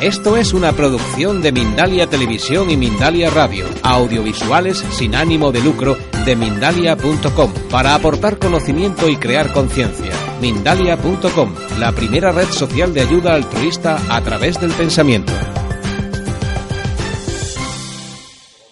Esto es una producción de Mindalia Televisión y Mindalia Radio, audiovisuales sin ánimo de lucro de mindalia.com, para aportar conocimiento y crear conciencia. Mindalia.com, la primera red social de ayuda altruista a través del pensamiento.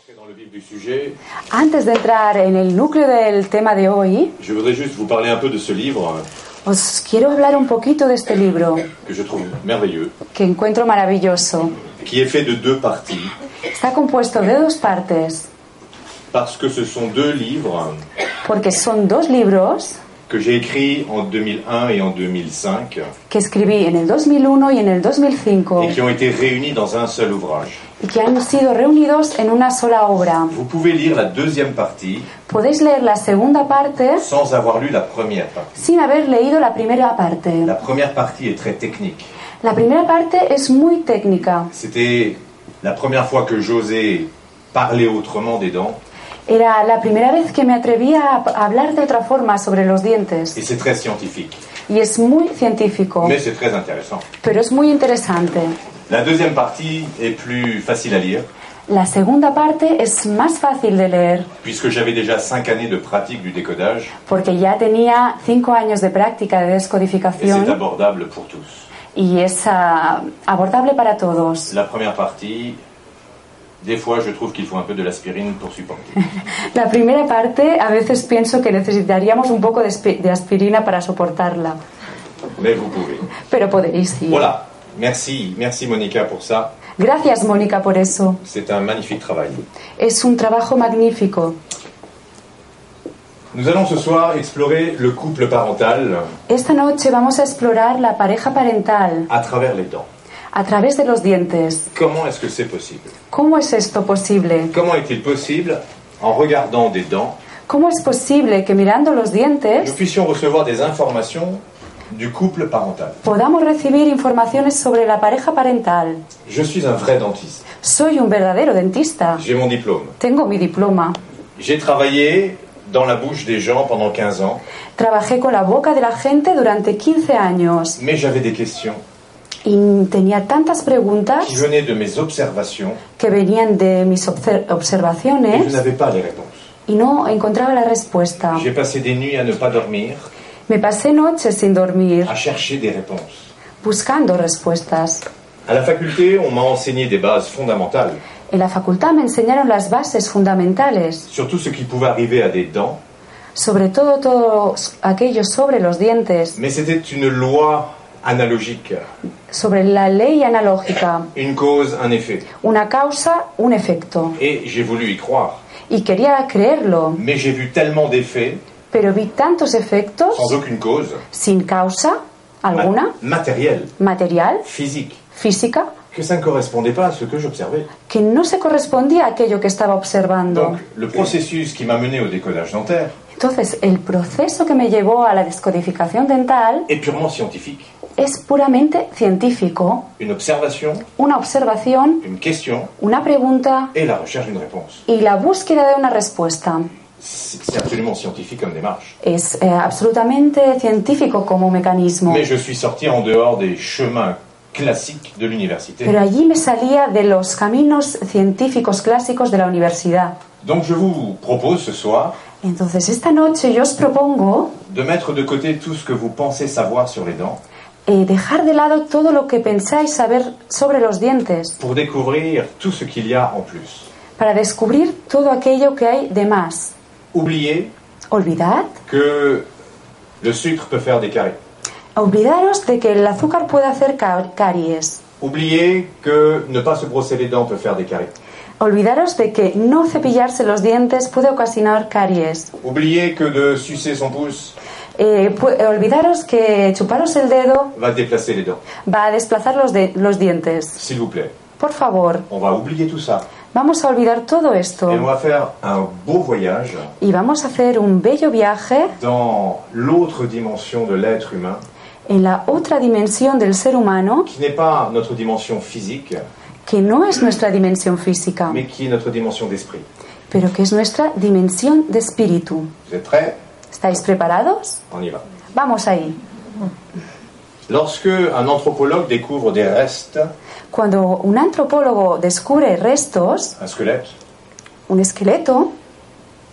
Dans le vif du sujet, Antes de entrar en el núcleo del tema de hoy, je voudrais juste vous parler un peu de ce livre euh, os quiero hablar un poquito de este libro que je trouve merveilleux, que encuentro maravilloso. qui est fait de deux parties, Está compuesto de dos partes, parce que ce sont deux livres porque son dos libros que j'ai écrits en 2001 et en 2005 que escribí en el 2001 y en el 2005 et qui ont été réunis dans un seul ouvrage. y que han sido reunidos en una sola obra. Vous pouvez lire la deuxième partie Podéis leer la segunda parte sans avoir lu la première partie. sin haber leído la primera parte. La première partie est très technique. La primera parte es muy técnica. C'était la première fois que j'osais parler autrement des dents Era la primera vez que me atrevía a hablar de otra forma sobre los dientes et c'est très scientifique, y es muy científico. mais c'est très intéressant. Pero es muy interesante. La deuxième partie est plus facile à lire. La segunda parte es más fácil de leer Puisque j'avais déjà 5 années de pratique du décodage, porque ya tenía cinco años de práctica de et c'est descodificación abordable pour tous. y es ah, abordable para todos. La première partie, des fois je trouve qu'il faut un peu de l'aspirine pour supporter. La primera parte a veces pienso que necesitaríamos un poco de, aspi- de aspirina para soportarla, Mais vous pouvez. pero podéis ir. Voilà. Merci, merci Monica pour ça. Gracias Mónica por eso. C'est un magnifique travail. Es un trabajo magnífico. Nous allons ce soir explorer le couple parental Esta noche vamos a explorar la pareja parental à travers les dents. a través de los dientes. Comment est-ce que c'est possible ¿Cómo es esto posible? Comment est-il possible, en regardant des dents, ¿Cómo es posible que mirando los dientes nous puissions recevoir des informations du couple parental podamos recibir informaciones sobre la pareja parental. Je suis un vrai dentiste. Soy un verdadero dentista. J'ai mon diplôme. Tengo mi diploma. J'ai travaillé dans la bouche des gens pendant 15 ans, Trabajé con la boca de la gente durante 15 años mais j'avais des questions y tenía tantas preguntas qui venaient de mes observations que venían de mis obser- et je observaciones n'avais pas les réponses. y no encontraba la respuesta. J'ai passé des nuits à ne pas dormir, Me pasé noches sin dormir à chercher des réponses. buscando respuestas. À la faculté, on m'a enseigné des bases fondamentales En la facultad me enseñaron las bases fundamentales, sur tout ce qui pouvait arriver à des dents, sobre todo todo aquello sobre los dientes, mais c'était une loi analogique, sobre la ley analógica. une cause, un effet. una causa, un efecto. Et j'ai voulu y croire, Y quería creerlo, mais j'ai vu tellement d'effets, pero vi tantos efectos sans aucune cause, sin causa ma- alguna, matérielle, material, physique, física, que ça ne correspondait pas à ce que j'observais. que no se correspondía a aquello que estaba observando. Donc, le processus qui m'a mené au décodage dentaire Entonces, el proceso que me llevó a la descodificación dental est purement scientifique. es puramente científico. Une observation, Una observación, une question una pregunta et la recherche d'une réponse. y la búsqueda de una respuesta. C'est c'est absolument scientifique comme démarche. Es eh, absolutamente científico como mecanismo. Mais je suis sorti en dehors des chemins classiques de l'université. Pero allí me salía de los caminos científicos clásicos de la universidad. Donc je vous propose ce soir Entonces, esta noche yo os propongo de mettre de côté tout ce que vous pensez savoir sur les dents eh, dejar de lado todo lo que pensáis saber sobre los dientes pour découvrir tout ce qu'il y a en plus. para descubrir todo aquello que hay de más. Oubliez Olvidad, que le sucre peut faire des carrés. olvidaros de que el azúcar puede hacer ca- caries. Oubliez que ne pas se brosser les dents peut faire des carrés. Olvidaros de que no cepillarse los dientes puede ocasionar caries. Oubliez que de sucer son pouce Eh, pu- eh, olvidaros que chuparos el dedo va déplacer les dents. va a desplazar los, de- los dientes. S'il vous plaît, Por favor, on va oublier tout ça. vamos a olvidar todo esto Et on va faire un beau voyage y vamos a hacer un bello viaje dans l'autre dimension de l'être humain, en la otra dimensión del ser humano qui n'est pas notre dimension physique, que no es nuestra dimensión física, mais qui est notre dimension d'esprit. pero que es nuestra dimensión de espíritu. Vous êtes prêts ¿Estáis preparados? On y va. Vamos ahí. Lorsque un anthropologue découvre des restes, Cuando un antropólogo descubre restos, un squelette, un esqueleto,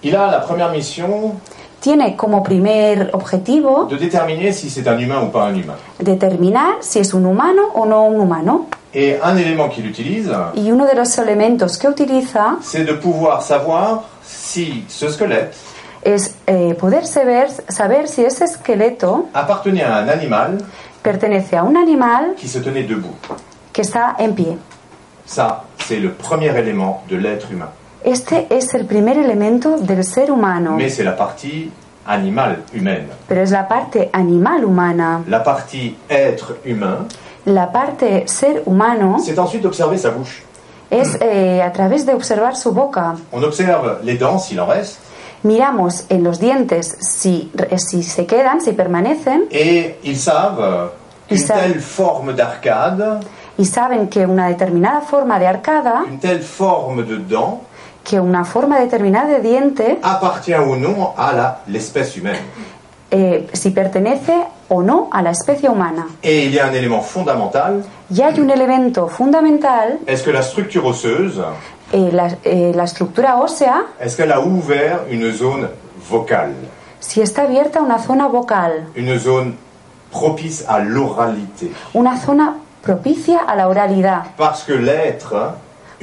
il a la première mission tiene como primer objetivo de déterminer si c'est un humain ou pas un humain. determinar si es un humano o no un humano. Et un élément qu'il utilise, Y uno de los elementos que utiliza c'est de pouvoir savoir si ce squelette es eh, poder saber, saber si ese esqueleto appartenait à un animal pertenece a un animal qui se tenait debout. que está en pie. Ça, c'est le premier élément de l'être humain. Este es el primer elemento del ser humano, Mais c'est la partie animale humaine. pero es la parte animal humana. La partie être humain, La parte ser humano c'est ensuite d'observer sa bouche. es eh, a través de observar su boca. On observe les dents s'il en reste, Miramos en los dientes si, eh, si se quedan, si permanecen, et ils savent euh, Ils une savent. telle forme d'arcade, y saben que una determinada forma de arcada, une telle forme de dent que una forma determinada de diente, appartient ou non à la- l'espèce humaine. eh, si pertenece o no a la especie humana. Et il y a un élément fondamental, Y hay un elemento fundamental, est-ce que la structure osseuse, eh, la, eh, la estructura ósea, est-ce qu'elle a ouvert une zone vocale, si está abierta una zona vocal, une zone propice à l'oralité una zona propicia a la oralidad, Parce que l'être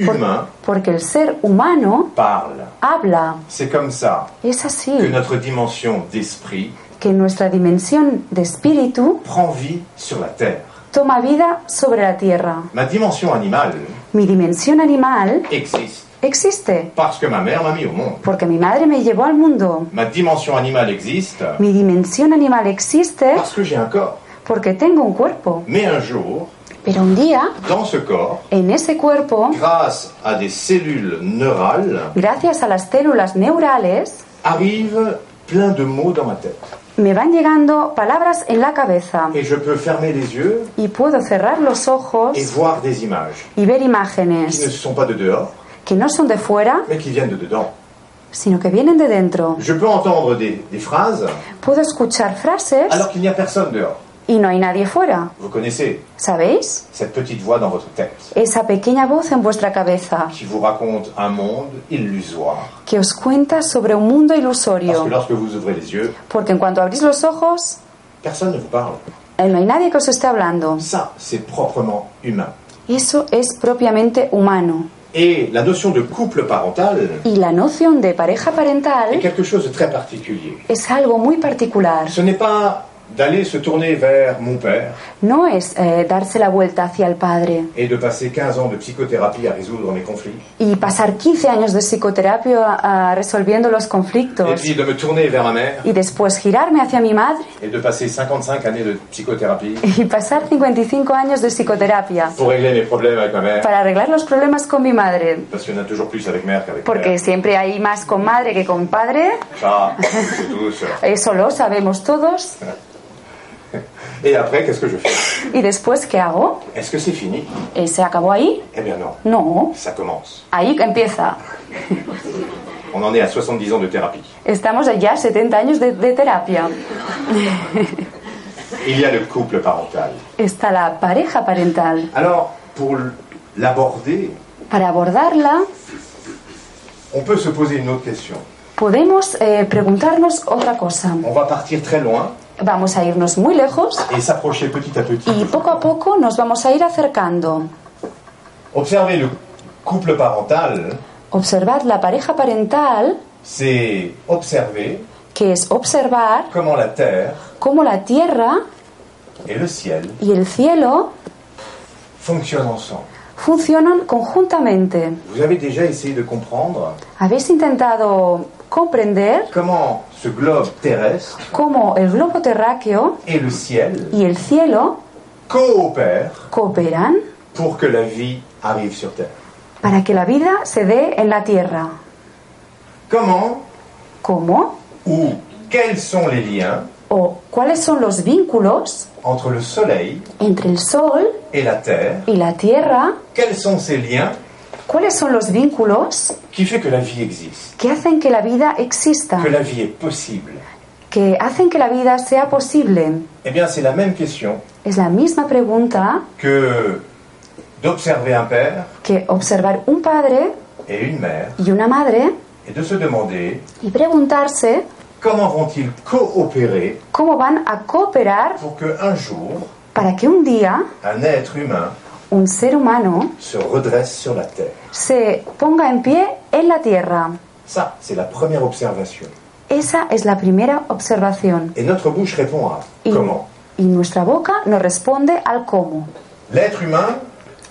por- humain porque el ser humano parle. habla. C'est comme ça Es así que notre dimension d'esprit que nuestra dimensión de espíritu prend vie sur la Terre. toma vida sobre la tierra. Ma dimension animale Mi dimensión animal existe existe, parce que ma mère m'a mis au monde. porque mi madre me llevó al mundo. Ma dimension animale existe Mi dimensión animal existe parce que j'ai un corps. porque tengo un cuerpo. Mais un jour, Pero un día, dans ce corps, en ese cuerpo, grâce à des cellules neurales, gracias a las células neurales, arrivent plein de mots dans ma tête. me van llegando palabras en la cabeza Et je peux fermer les yeux y puedo cerrar los ojos et voir des images y ver qui ne imágenes sont pas de dehors, que no son de fuera, mais qui viennent de dedans. sino que vienen de dentro. Je peux entendre des, des phrases Puedo escuchar frases alors qu'il n'y a personne dehors. y no hay nadie fuera. Vous connaissez ¿Sabéis? cette petite voix dans votre tête Esa pequeña voz en vuestra cabeza qui vous raconte un monde illusoire. que os cuenta sobre un mundo Parce que ilusorio. lorsque vous ouvrez les yeux, Porque en cuanto abrís los ojos, personne ne vous parle. eh, no hay nadie que os esté hablando. Ça, c'est proprement humain. Eso es propiamente humano. Et la notion de couple parental Y la noción de pareja est parental quelque chose de très particulier. es algo muy particular. Ce n'est pas d'aller se tourner vers mon père No es eh, darse la vuelta hacia el padre et de passer 15 ans de psychothérapie à résoudre mes conflits. y pasar 15 años de psicoterapia ah, resolviendo los Et conflictos puis de me tourner vers ma mère y después girarme hacia mi madre et de passer 55 années de psychothérapie y pasar 55 años de psicoterapia pour régler mes problèmes avec ma mère. para arreglar los problemas con mi madre. Parce qu'il y en a toujours plus avec mère qu'avec Porque père. siempre hay más con madre que con padre, Ça, c'est tous. eso lo sabemos todos. Et après, qu'est-ce que je fais ¿Y después qué hago? Est-ce que c'est fini Eh, ¿Se acabó ahí? Eh bien non, No, ça commence. ahí empieza. On en est à 70 ans de thérapie. Estamos ya 70 años de, de terapia. Il y a le couple parental. Está la pareja parental. Alors, pour l'aborder, Para abordarla, on peut se poser une autre question. podemos eh, preguntarnos otra cosa. On va partir très loin Vamos a irnos muy lejos et s'approcher petit à petit. y poco a poco nos vamos a ir acercando. Observer le couple parental, Observad la pareja parental, c'est observer que es observar comment la terre cómo la tierra et le ciel y el cielo fonctionnent ensemble. funcionan conjuntamente. Vous avez déjà essayé de comprendre ¿Habéis intentado comprender comment ce globe terrestre cómo el globo terráqueo et le ciel y el cielo coopèrent cooperan pour que la vie arrive sur Terre para que la vida se dé en la Tierra? Comment ¿Cómo? ou quels sont les liens ¿O cuáles son los vínculos entre le Soleil entre el Sol et la Terre y la Tierra? Quels sont ces liens ¿Cuáles son los vínculos qui fait que la vie existe, que hacen que la vida exista? que la vie est possible ¿Que hacen que la vida sea posible? Eh bien, c'est la même question Es la misma pregunta que d'observer un père que observar un padre et une mère y una madre et de se demander y preguntarse comment vont-ils coopérer cómo van a cooperar pour que un jour para que un día un être humain un ser humano se redresse sur la terre. se ponga en pie en la Tierra. Ça, c'est la première observation. Esa es la primera observación. Et notre bouche répond à Y, comment y nuestra boca nos responde al cómo. L'être humain,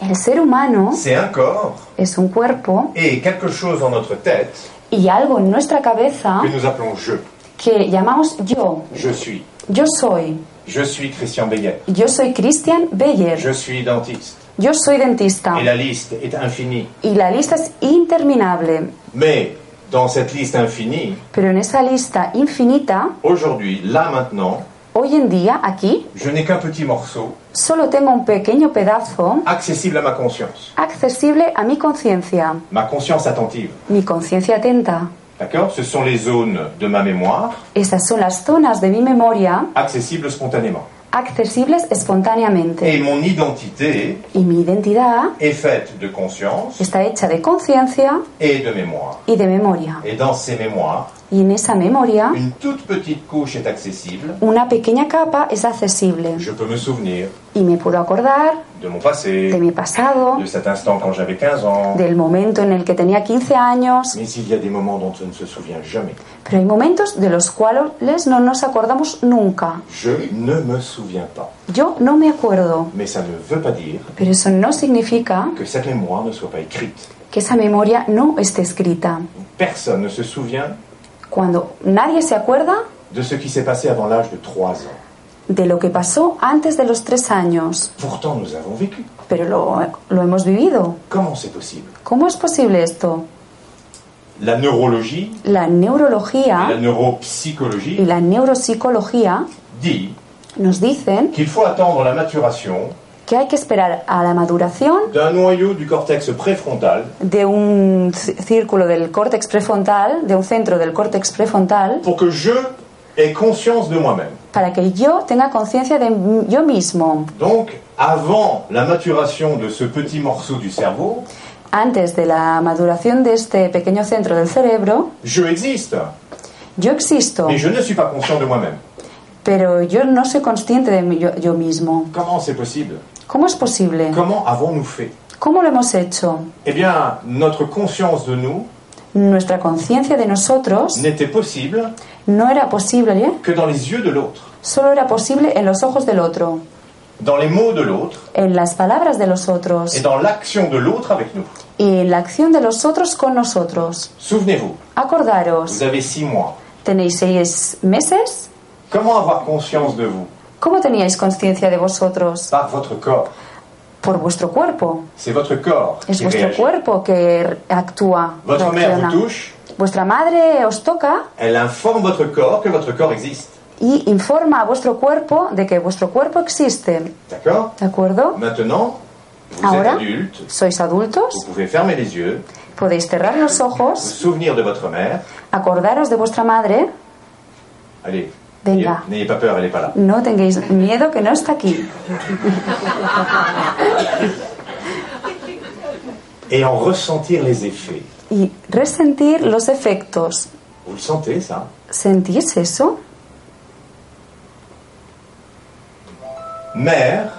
El ser humano c'est un corps es un cuerpo et quelque chose en notre tête y algo en nuestra cabeza que nous appelons je. que llamamos yo. Je suis. Yo soy. Je suis Christian Beyer. Yo soy Christian Je Beyer. suis dentiste. Yo soy dentista. Et la liste est infinie. Y la lista es interminable. Mais dans cette liste infinie, Pero en esa lista infinita, aujourd'hui, là maintenant, hoy en día, aquí, je n'ai qu'un petit morceau solo tengo un pequeño pedazo accessible à ma conscience, accesible a mi conciencia, ma conscience attentive. mi conciencia atenta. D'accord Ce sont les zones de ma mémoire Esas son las zonas de mi memoria accessibles spontanément. accesibles espontáneamente. Et mon identité Y mi identidad est faite de conscience está hecha de conciencia et de mémoire. y de memoria. Et dans ces mémoires, Y en esa memoria, une toute petite couche est accessible. una pequeña capa es accesible. Je peux me souvenir Y me puedo acordar de mon passé, de mi pasado, de cet instant quand j'avais 15 ans. del momento en el que tenía 15 años, Mais il y a des moments dont on ne se souvient jamais. pero hay momentos de los cuales no nos acordamos nunca. Je ne me souviens pas. Yo no me acuerdo, Mais ça ne veut pas dire pero eso no significa que cette mémoire ne soit pas écrite. que esa memoria no esté escrita. Personne ne se souvient Cuando nadie se acuerda de ce qui s'est passé avant l'âge de 3 ans. de lo que pasó antes de los tres años, Pourtant, nous avons vécu. pero lo, lo hemos vivido. Comment c'est possible ¿Cómo es posible esto? La neurologie et La la neurología y neuropsychologie la neuropsicología dit nos dicen qu'il faut attendre la maturation que hay que esperar a la maduración d'un noyau du cortex préfrontal de un c- círculo del córtex prefrontal, de un centro del córtex prefrontal, pour que je aie conscience de moi-même. para que yo tenga conciencia de m- yo mismo. Donc, avant la maturation de ce petit morceau du cerveau, Antes de la maduración de este pequeño centro del cerebro, je existe, yo existo, mais je ne suis pas conscient de moi-même. pero yo no soy consciente de mí- yo, yo mismo. Comment c'est possible ¿Cómo es posible? Comment avons-nous fait ¿Cómo lo hemos hecho? Eh bien, notre conscience de nous Nuestra conciencia de nosotros n'était possible no era posible, ¿eh? que dans les yeux de l'autre, solo era posible en los ojos del otro, dans les mots de l'autre en las palabras de los et otros dans l'action de l'autre avec nous. y en la acción de los otros con nosotros. Souvenez-vous, vous Acordaros, avez six mois. ¿tenéis seis meses? Comment avoir conscience de vous ¿Cómo teníais conciencia de vosotros? Par votre corps. Por vuestro cuerpo. C'est votre corps Es qui vuestro réagit. cuerpo que re- actúa. Votre mère reacciona. vous touche, Vuestra madre os toca elle informe votre corps que votre corps existe. y informa a vuestro cuerpo de que vuestro cuerpo existe. D'accord ¿De acuerdo? Maintenant, vous êtes Ahora adulte, sois vous adultos, pouvez fermer les yeux, podéis cerrar los vous ojos, souvenir de votre mère. acordaros de vuestra madre, Allez, n'ayez Venga. n'ayez pas peur, elle n'est pas là. no tengáis miedo que no está aquí. Et en ressentir les effets. Y resentir los efectos. Vous le sentez, ça ¿Sentís eso? Mère,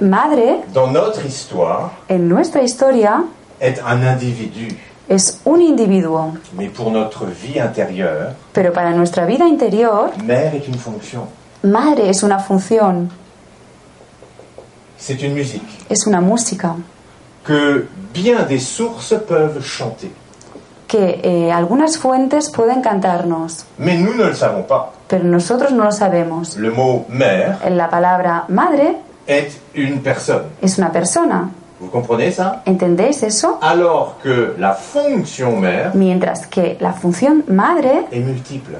Madre, dans notre histoire, en nuestra historia, est un individu. es un individuo, Mais pour notre vie intérieure, pero para nuestra vida interior, mère est une fonction. madre es una función, C'est une musique. es una música. que bien des sources peuvent chanter. que eh, algunas fuentes pueden cantarnos, Mais nous ne le savons pas. pero nosotros no lo sabemos. Le mot mère La palabra madre est une personne. es una persona. Vous comprenez ça ¿Entendéis eso? Alors que la fonction mère Mientras que la función madre est multiple.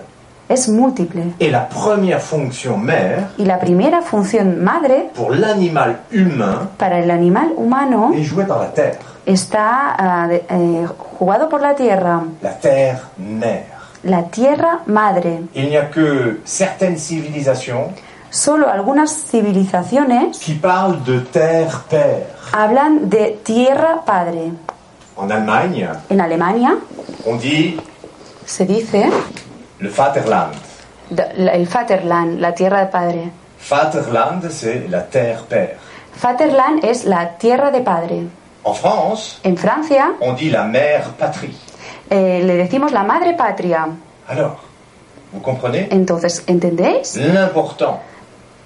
es múltiple. Et la première fonction mère Y la primera función madre pour l'animal humain para el animal humano est jouée par la terre. está ah, de- eh, jugado por la tierra, La terre mère. la tierra madre. Il n'y a que certaines civilisations Solo algunas civilizaciones qui parlent de terre père. hablan de tierra padre. En Allemagne, En Alemania on dit se dice le Vaterland. da- la- el Vaterland, la tierra de padre. Vaterland, c'est la terre père. Vaterland es la tierra de padre. En France, En Francia on dit la mère patrie. eh, le decimos la madre patria. Alors, vous comprenez Entonces, ¿entendéis? L'important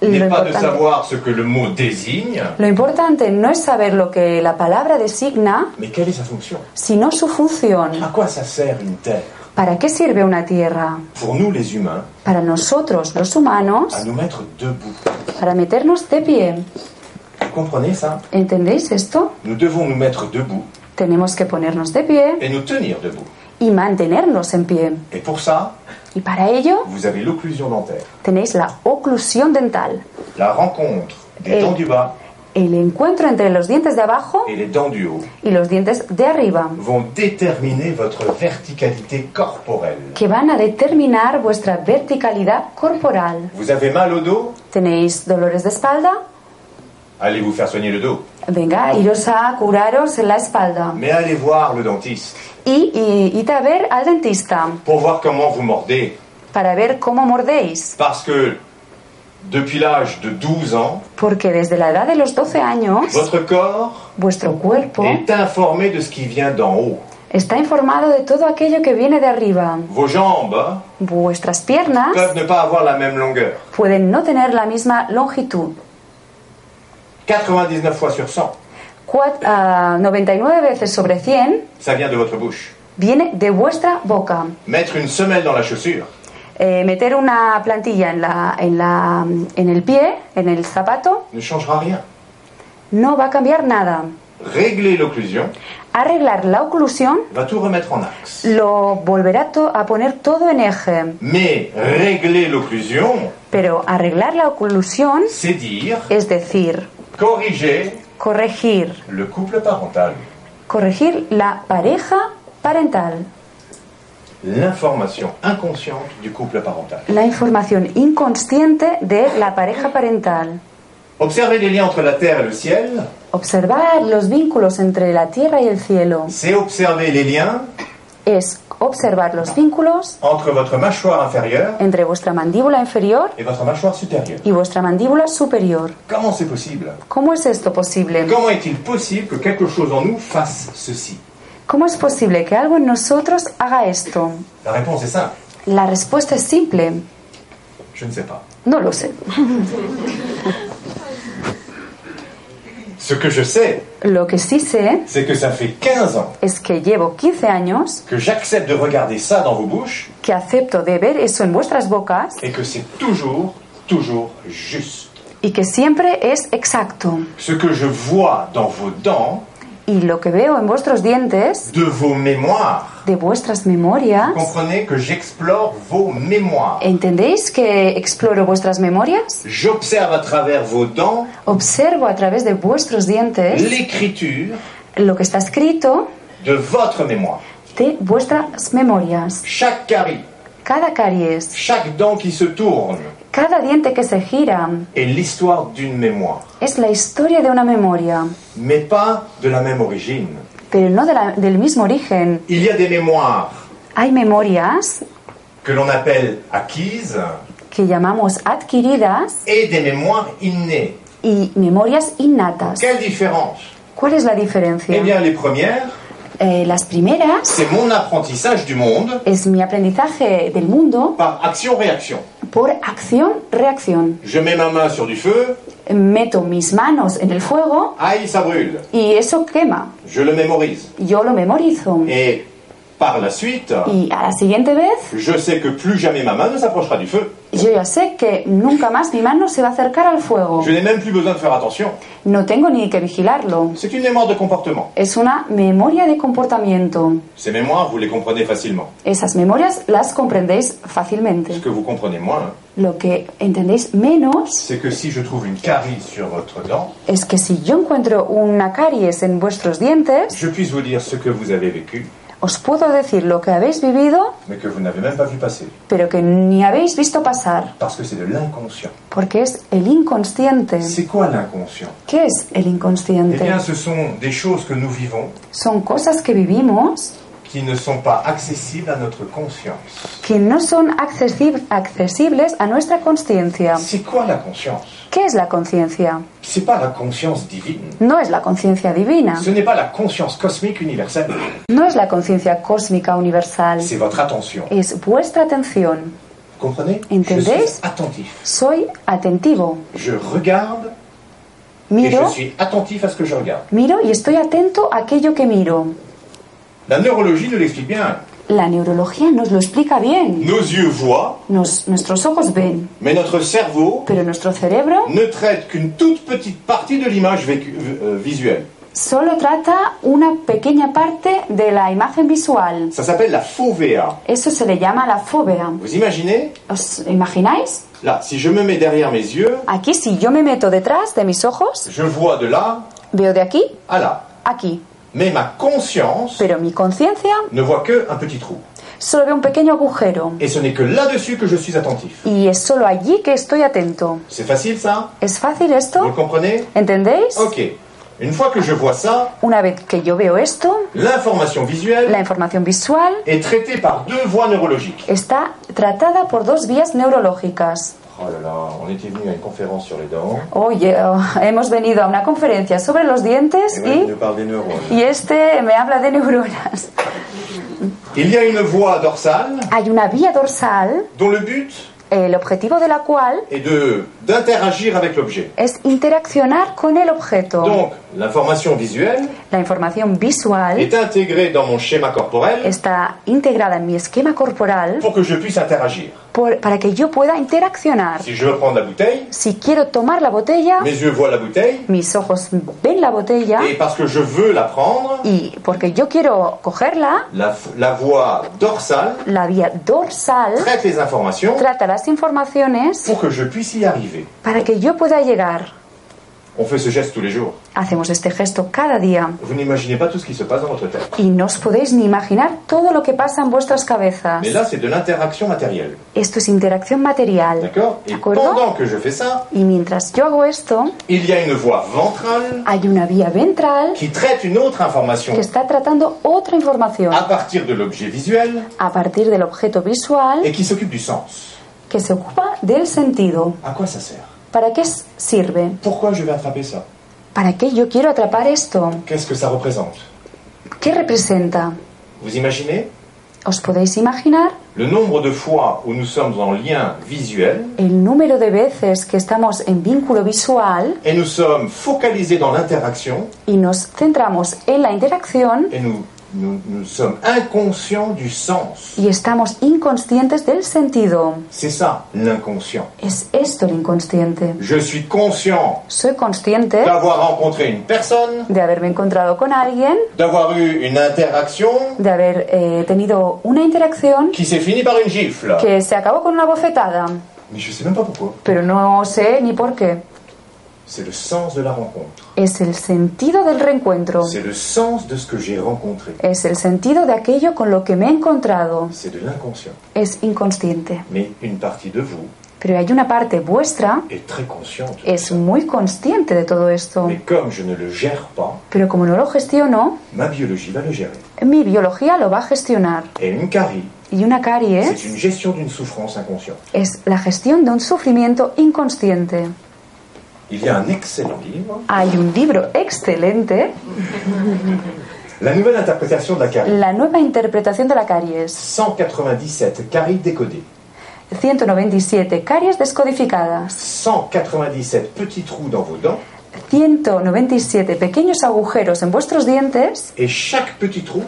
Lo n'est pas de importante, savoir ce que le mot désigne, lo importante no es saber lo que la palabra designa, mais quelle est sa fonction sino su À función. quoi ça sert une terre ¿Para qué sirve una tierra? Pour nous les humains, Para nosotros, los humanos, à nous mettre debout. para meternos de pie. Vous comprenez ça ¿Entendéis esto? Nous devons nous mettre debout Tenemos que ponernos de pie et nous tenir debout. y mantenernos en pie. Et pour ça, Y para ello vous avez l'occlusion dentaire, tenéis la oclusión dental, la rencontre des Et- dents du bas el encuentro entre los dientes de abajo et les dents du haut y los dientes de arriba, vont déterminer votre verticalité corporelle. que van a determinar vuestra verticalidad corporal. Vous avez mal au dos ¿Tenéis dolores de espalda? Allez vous faire soigner le dos. Venga, iros a curaros en la espalda. Mais allez voir le dentiste Y, y id a ver al dentista pour voir comment vous mordez. para ver cómo mordéis, Parce que depuis l'âge de 12 ans, porque desde la edad de los 12 años votre corps vuestro cuerpo est informé de ce qui vient d'en haut. está informado de todo aquello que viene de arriba. Vos jambes hein, Vuestras piernas peuvent ne pas avoir la même longueur. pueden no tener la misma longitud. 99 fois sur 100, Cuat- ah, 99 veces sobre 100 ça vient de votre bouche. viene de vuestra boca. Mettre une semelle dans la chaussure, Eh, meter una plantilla en, la, en, la, en el pie, en el zapato, ne changera rien. no va a cambiar nada. Régler l'occlusion Arreglar la oclusión va tout remettre en axe. lo volverá to- a poner todo en eje. Mais régler l'occlusion, Pero arreglar la oclusión c'est dire es decir, corriger corregir. le couple parental. Corregir la pareja parental. L'information inconsciente du couple parental. La información inconsciente de la pareja parental. Observer les liens entre la terre et le ciel, Observar los vínculos entre la tierra y el cielo c'est observer les liens es observar los vínculos entre votre mâchoire inférieure entre vuestra mandíbula inferior et votre mâchoire supérieure. y vuestra mandíbula superior. Comment c'est possible ¿Cómo es esto posible? Comment est-il possible que quelque chose en nous fasse ceci ¿Cómo es posible que algo en nosotros haga esto? La réponse est simple. La respuesta es simple. Je ne sais pas. No lo sé. Ce que je sais, Lo que sí sé c'est que ça fait 15 ans es que llevo 15 años que j'accepte de regarder ça dans vos bouches que acepto de ver eso en vuestras bocas et que c'est toujours, toujours juste. y que siempre es exacto. Ce que je vois dans vos dents, Y lo que veo en vuestros dientes, de vos mémoires. de vuestras memorias, Comprenez que j'explore vos mémoires. ¿entendéis que exploro vuestras memorias? J'observe à travers vos dents Observo a través de vuestros dientes l'écriture lo que está escrito de votre mémoire. de vuestras memorias. Chaque carie, Cada caries, chaque dent qui se tourne cada diente que se gira est l'histoire d'une mémoire, es la historia de una memoria, mais pas de la même origine. pero no de la- del mismo origen. Il y a des mémoires Hay memorias que l'on appelle acquises que llamamos adquiridas et des mémoires innées. y memorias innatas. Quelle différence ¿Cuál es la Eh diferencia? bien, les premières, Eh, las primeras c'est mon apprentissage du monde es mi aprendizaje del mundo par action-réaction. por acción-reacción. Je mets ma main sur du feu, Meto mis manos en el fuego aïe, ça brûle. y eso quema. Je le mémorise. Yo lo memorizo. Et par la suite, Y a la siguiente vez, je sais que plus jamais ma main ne s'approchera du feu. yo ya sé que nunca más mi mano se va a acercar al fuego. Je n'ai même plus besoin de faire attention. No tengo ni que vigilarlo. C'est une mémoire de comportement. Es una memoria de comportamiento. Ces mémoires, vous les comprenez facilement. Esas memorias las comprendéis fácilmente. Ce que vous comprenez moins, hein, Lo que entendéis menos c'est que si je trouve une carie sur votre dent, es que si yo encuentro una caries en vuestros dientes, je puisse vous dire ce que vous avez vécu, os puedo decir lo que habéis vivido, mais que vous n'avez même pas vu passer. pero que ni habéis visto pasar, Parce que c'est de l'inconscient. porque es el inconsciente. C'est quoi l'inconscient ¿Qué es el Eh inconsciente? bien, ce sont des choses que nous vivons Son cosas que vivimos qui ne sont pas accessibles à notre conscience. que no son accesib- accesibles a nuestra conciencia. C'est quoi la conscience ¿Qué es la conciencia? C'est pas la conscience divine. No es la conciencia divina, Ce n'est pas la conscience cosmique universelle. no es la conciencia cósmica universal, C'est votre attention. es vuestra atención. Comprenez Je Entendez suis attentif. Soy atentivo, Je regarde et je miro, suis attentif à ce que je regarde. miro y estoy atento a aquello que miro. La neurologie nous l'explique bien. La neurología nos lo explica bien. Nos yeux voient, Nos- nuestros ojos ven, mais notre cerveau pero nuestro cerebro ne traite qu'une toute petite partie de l'image vécu- euh, visuelle. solo trata una pequeña parte de la imagen visual. Ça s'appelle la fovea. Eso se le llama la fobia. Vous imaginez ¿Os imagináis? Là, si je me mets derrière mes yeux, Aquí si yo me meto detrás de mis ojos, je vois de là veo de aquí, à là. aquí. Mais ma conscience Pero mi conciencia ne voit que un petit trou. solo veo un pequeño agujero. Et ce n'est que là-dessus que je suis attentif. Y es solo allí que estoy atento. C'est facile ça ¿Es fácil Vous le esto? comprenez ¿Entendéis? Ok. Une fois que je vois ça, Una vez que yo veo esto, l'information la visuelle información visual est traitée par deux voies neurologiques. está tratada por dos vías neurológicas. Oh là là, on était venu à une conférence sur les dents. Oye, oh, hemos venido a una conferencia sobre los dientes Et ouais, il nous y, parle des neurones. y este me habla de neuronas. Il y a une voie dorsale Hay una vía dorsal, dont le but el objetivo de la cual est de d'interagir avec l'objet. es interaccionar con el objeto. Donc, l'information visuelle La información visual est intégrée dans mon schéma corporel está integrada en mi esquema corporal pour que je puisse interagir. por- para que yo pueda interaccionar. Si je veux prendre la bouteille, Si quiero tomar la botella, mes yeux voient la bouteille, mis ojos ven la botella et parce que je veux la prendre, y porque yo quiero cogerla, la, la voie dorsale la vía dorsal traite les informations trata las informaciones pour que je puisse y arriver. para que yo pueda llegar. On fait ce geste tous les jours. Hacemos este gesto cada día Vous n'imaginez pas tout ce qui se passe dans votre tête. y no os podéis ni imaginar todo lo que pasa en vuestras cabezas. Mais là, c'est de l'interaction matérielle. Esto es interacción material. D'accord ¿De Et acuerdo? pendant que je fais ça, Y mientras yo hago esto, il y a une voie ventrale hay una vía ventral qui traite une autre information que está tratando otra información à partir de l'objet visuel a partir del objeto et visual qui s'occupe du sens. que se ocupa del sentido. À quoi ça sert ¿Para qué s- sirve? Pourquoi je vais attraper ça ¿Para qué yo quiero atrapar esto? Qu'est-ce que ça représente ¿Qué representa? Vous imaginez ¿Os podéis imaginar le nombre de fois où nous sommes en lien visuel el número de veces que estamos en vínculo visual et nous sommes focalisés dans l'interaction y nos centramos en la interacción et nous, nous, nous sommes inconscients du sens. y estamos inconscientes del sentido? C'est ça, l'inconscient. Es esto el inconsciente. Je suis conscient Soy consciente d'avoir rencontré une personne, de haberme encontrado con alguien, d'avoir eu une interaction de haber eh, tenido una interacción qui s'est finie par une gifle. que se acabó con una bofetada, Mais je sais même pas pourquoi. pero no sé ni por qué. C'est le sens de la rencontre. Es el sentido del reencuentro. C'est le sens de ce que j'ai rencontré. Es el sentido de aquello con lo que me he encontrado. C'est de l'inconscient. Es inconsciente. Mais une partie de vous Pero hay una parte vuestra, est très consciente. de es ça. muy consciente de todo esto. Mais comme je ne le gère pas, Pero como no lo gestiono, ma biologie va le gérer. mi biología lo va a gestionar. Et une carie, Y c'est una une caries gestion d'une souffrance inconsciente. es la gestión de un sufrimiento inconsciente. Il y a un excellent livre, Hay un libro excelente, La nouvelle interprétation de la carie. La nueva interpretación de la caries. 197 caries décodées. 197 caries descodificadas, 197 petits trous dans vos dents 197 pequeños agujeros en vuestros dientes et chaque petit trou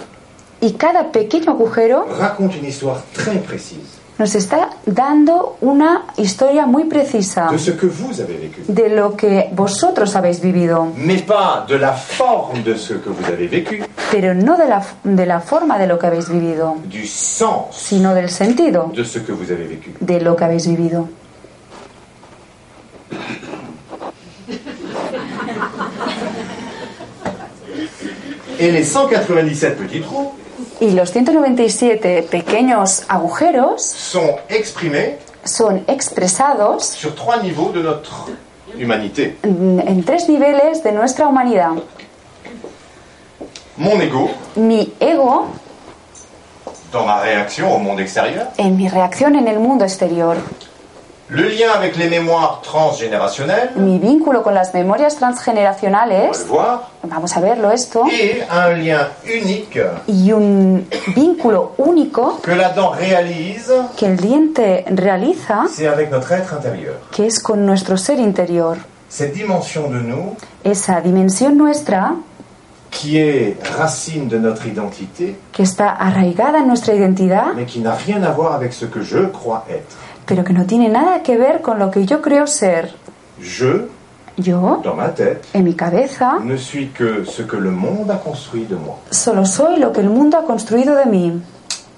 y cada pequeño agujero raconte une histoire très précise nos está dando una historia muy precisa de ce que vous avez vécu. de lo que vosotros habéis vivido, Mais pas de la forme de ce que vous avez vécu, pero no de la, de la forma de lo que habéis vivido, du sens sino del sentido de ce que vous avez vécu. de lo que habéis vivido. Et les 197 petits trous Y los 197 pequeños agujeros sont exprimés son expresados sur trois niveaux de notre humanité. en en tres niveles de nuestra humanidad. Mon ego, Mi ego dans ma réaction au monde extérieur, en mi reacción en el mundo exterior, le lien avec les mémoires transgénérationnelles, mi vínculo con las memorias on va le transgeneracionales, voir, vamos a verlo esto, et un lien unique y un vínculo único que la dent réalise, que el diente realiza, c'est avec notre être intérieur. que es con nuestro ser interior. Cette dimension de nous Esa dimensión nuestra qui est racine de notre identité, que está arraigada en nuestra identidad, mais qui n'a rien à voir avec ce que je crois être. pero que no tiene nada que ver con lo que yo creo ser. Je, Yo, dans ma tête, en mi cabeza, ne suis que ce que le monde a construit de moi. solo soy lo que el mundo ha construido de mí.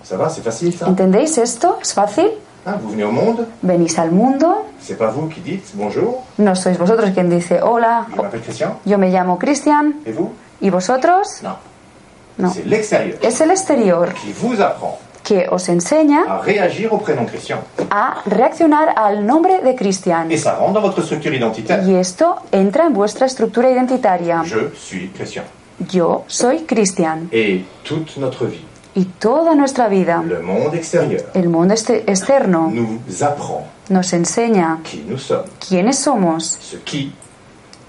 Ça va, c'est facile ça ¿Entendéis esto? ¿Es fácil? Hein, Vous venez au monde, Venís al mundo, c'est pas vous qui dites bonjour, no sois vosotros quien dice hola, je m'appelle Christian, yo me llamo Cristian, et vous ¿y vosotros? Non. No. C'est l'extérieur Es el exterior qui vous apprend que os enseña à réagir au prénom Christian. a reaccionar al nombre de Cristian. Et ça rentre dans votre structure identitaire. Y esto entra en vuestra estructura identitaria. Je suis Christian. Yo soy Cristian. Et toute notre vie, Y toda nuestra vida, le monde extérieur, el mundo este- externo nous apprend nos enseña qui nous sommes, quiénes somos, ce qui,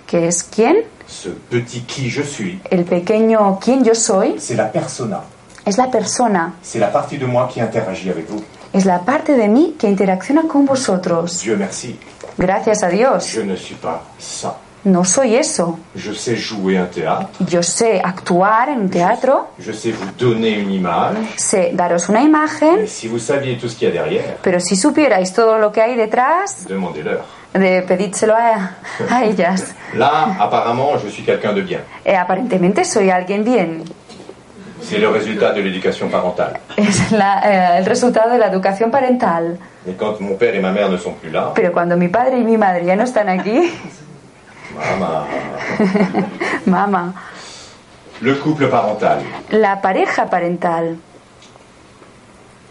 qué es quién, ce petit qui je suis, el pequeño quién yo soy, c'est la persona, es la persona, c'est la partie de moi qui interagit avec vous. es la parte de mí que interacciona con vosotros. Dieu merci, Gracias a Dios, je ne suis pas ça. no soy eso. Je sais jouer un théâtre, Yo sé actuar en un teatro, je sais vous donner une image, sé daros una mais imagen, si vous saviez tout ce qu'il y a derrière, pero si supierais todo lo que hay detrás, demandez-leur. de pedídselo a, a ellas. Là, apparemment, je suis quelqu'un de bien. Eh, aparentemente soy alguien bien. C'est le résultat de l'éducation parentale. Es la- eh, el resultado de la educación parental. Et quand mon père et ma mère ne sont plus là, Pero cuando mi padre y mi madre ya no están aquí, maman, mamá, le couple parental, la pareja parental,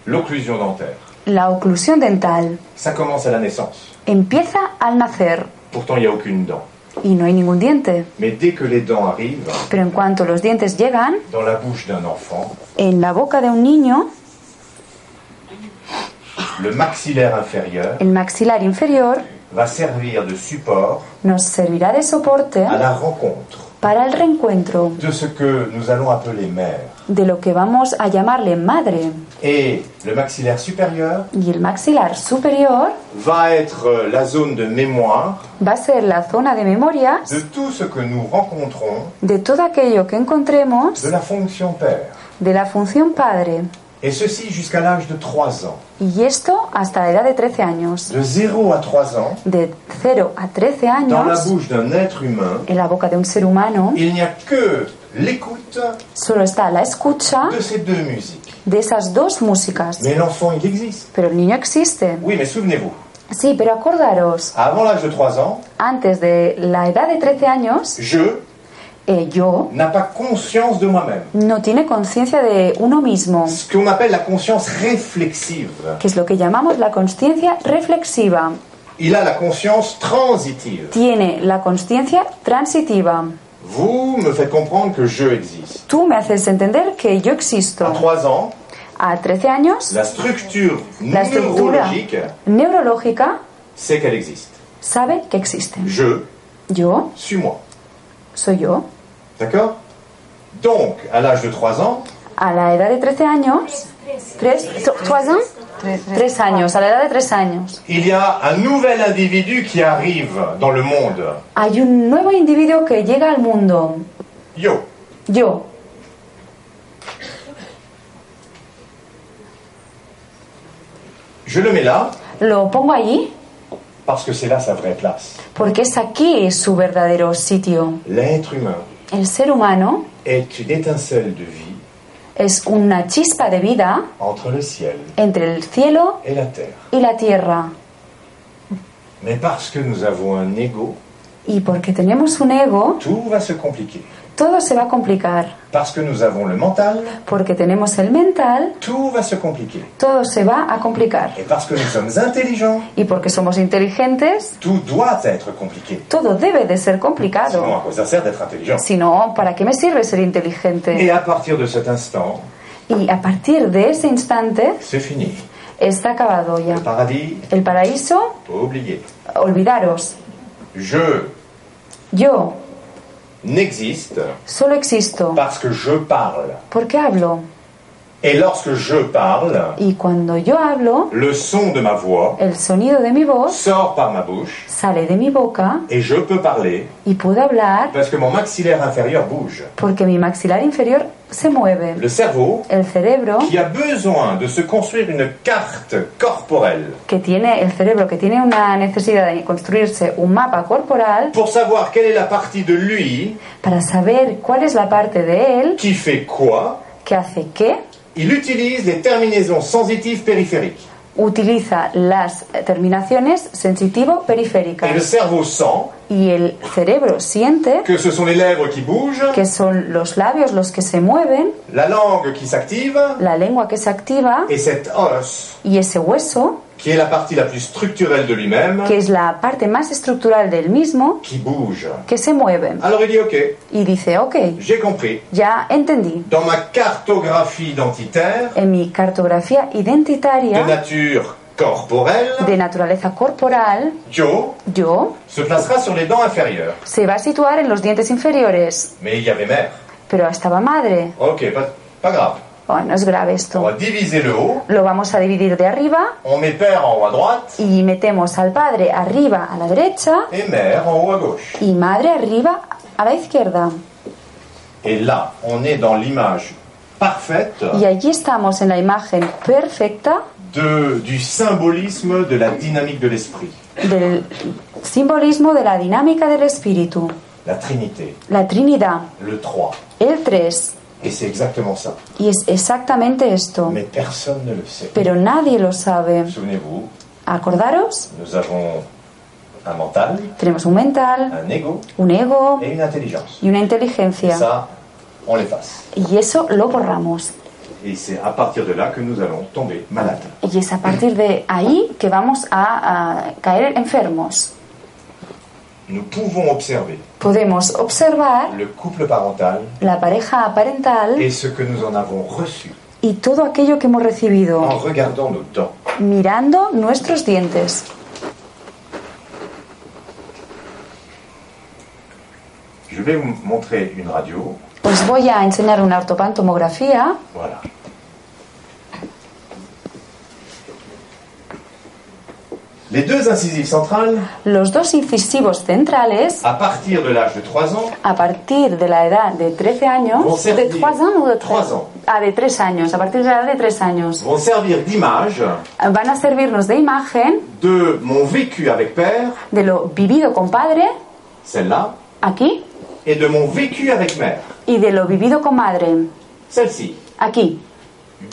l'occlusion dentaire, la oclusión dental, ça commence à la naissance. empieza al nacer Pourtant, il n'y a aucune dent. y no hay ningún diente. Mais dès que les dents arrivent, Pero en cuanto los dientes llegan, dans la bouche d'un enfant, en la boca de un niño, le maxillaire inférieur el maxilar inferior va servir de support nos servirá de soporte à la rencontre para el reencuentro de ce que nous allons appeler mère. de lo que vamos a llamarle madre. Et le maxillaire supérieur Y el maxilar superior va être euh, la zone de mémoire va a ser la zona de memorias de tout ce que nous rencontrons de todo aquello que encontremos de la fonction père. de la función padre. Et ceci jusqu'à l'âge de 3 ans. Y esto hasta la edad de 13 años. De 0 à 3 ans, De 0 a 13 dans la años, bouche d'un être humain, en la boca de un ser humano, il n'y a que l'écoute solo está la escucha de ces deux musiques. de esas dos músicas. Mais l'enfant, il existe. Pero el niño existe. Oui, mais souvenez-vous, Sí, pero acordaros, avant l'âge de 3 ans, antes de la edad de 13 años, je eh, yo n'a pas conscience de moi-même. no tiene conciencia de uno mismo, Ce qu'on appelle la conscience réflexive. que es lo que llamamos la conciencia reflexiva. Il a la conscience transitive. Tiene la conciencia transitiva. Vous me faites comprendre que je existe. Tú me haces entender que yo À existo. 3 ans, A 13 años, la structure la estructura neurologique neurológica sait qu'elle existe. sabe que existe. Je Yo suis moi. soy yo. D'accord Donc, à l'âge de 3 ans, A la edad de 13 años, 3 ans, Tres, tres. Tres años, a la edad de tres años. il y a un nouvel individu qui arrive dans le monde. Hay un nuevo individuo que llega al mundo. Yo. Yo. Je le mets là Lo pongo allí parce que c'est là sa vraie place. porque es aquí su verdadero sitio. L'être humain El ser humano est une étincelle de vie es una chispa de vida entre le ciel entre el cielo et la terre. y la tierra. Mais parce que nous avons un ego, Y porque tenemos un ego, tout va se compliquer. todo se va a complicar. Parce que nous avons le mental, Porque tenemos el mental, tout va se compliquer. todo se va a complicar. Et parce que nous sommes intelligents, Y porque somos inteligentes, tout doit être compliqué. todo debe de ser Sinon, complicado. à quoi ça sert d'être intelligent Si no, ¿para qué me sirve ser inteligente? Et à partir de cet instant, Y a partir de ese instante c'est fini. está acabado ya. Le paradis, El paraíso, oublié. olvidaros. Je Yo n'existe solo existo parce que je parle. porque hablo. Et lorsque je parle, Y cuando yo hablo, le son de ma voix el sonido de mi voz sort par ma bouche sale de mi boca et je peux parler y puedo hablar parce que mon maxillaire inférieur bouge. porque mi maxilar inferior se mueve. Le cerveau, El cerebro qui a besoin de se construire une carte corporelle que tiene el cerebro que tiene una necesidad de construirse un mapa corporal pour savoir quelle est la partie de lui para saber cuál es la parte de él qui fait quoi, que hace qué, il utilise les terminaisons sensitives périphériques. utiliza las terminaciones sensitivo Et le periféricas cerveau sent y el cerebro siente que ce sont les lèvres qui bougent, que son los labios los que se mueven, la langue qui s'active la lengua que se activa et cet os y ese hueso qui est la partie la plus structurelle de lui-même que es la parte más estructural del mismo qui bouge. que se mueve Alors il dit ok, y dice ok j'ai compris. ya entendí Dans ma cartographie identitaire en mi cartografía de identitaria nature corporelle, de naturaleza corporal Joe Yo se placera sur les dents inférieures. se va a situar en los dientes inferiores, Mais il y avait mère. pero estaba madre. Ok, pas, pas grave. Bueno, no es grave On esto. va diviser le haut, Lo vamos a dividir de arriba on met père en haut à droite y metemos al padre arriba a la derecha et mère en haut à gauche. y madre arriba a la izquierda. Et là, on est dans l'image parfaite Y allí estamos en la imagen perfecta de, du symbolisme de la dynamique de l'esprit, del simbolismo de la dinámica del espíritu, la Trinité, la Trinidad, le 3. el 3. Et c'est exactement ça. Y es exactamente esto. Mais personne ne le sait. Pero nadie lo sabe. Souvenez-vous, Acordaros, nous avons un mental, tenemos un mental, un ego un ego et une intelligence. y una Et inteligencia. ça, on l'efface. Y eso lo borramos. Et c'est à partir de là que nous allons tomber malade. Y es a partir de ahí que vamos a, a caer enfermos. Nous pouvons observer Podemos observar le couple parental la pareja parental et ce que nous en avons reçu y todo aquello que hemos en recibido regardant nos dents. mirando nuestros dientes. Je vais vous montrer une radio. Os voy a enseñar una ortopantomografía. Voilà. Les deux incisives centrales, Los dos incisivos centrales, à partir de l'âge de 3 ans, a partir de la edad de 13 Vont años, de servir. 3 años o de Trois ans. Ah, de 3 años, a partir de la edad de 3 años, vont servir d'image van a servirnos de imagen de mon vécu avec père, de lo vivido con padre, celle-là, aquí, et de mon vécu avec mère, y de lo vivido con madre, celle-ci. aquí.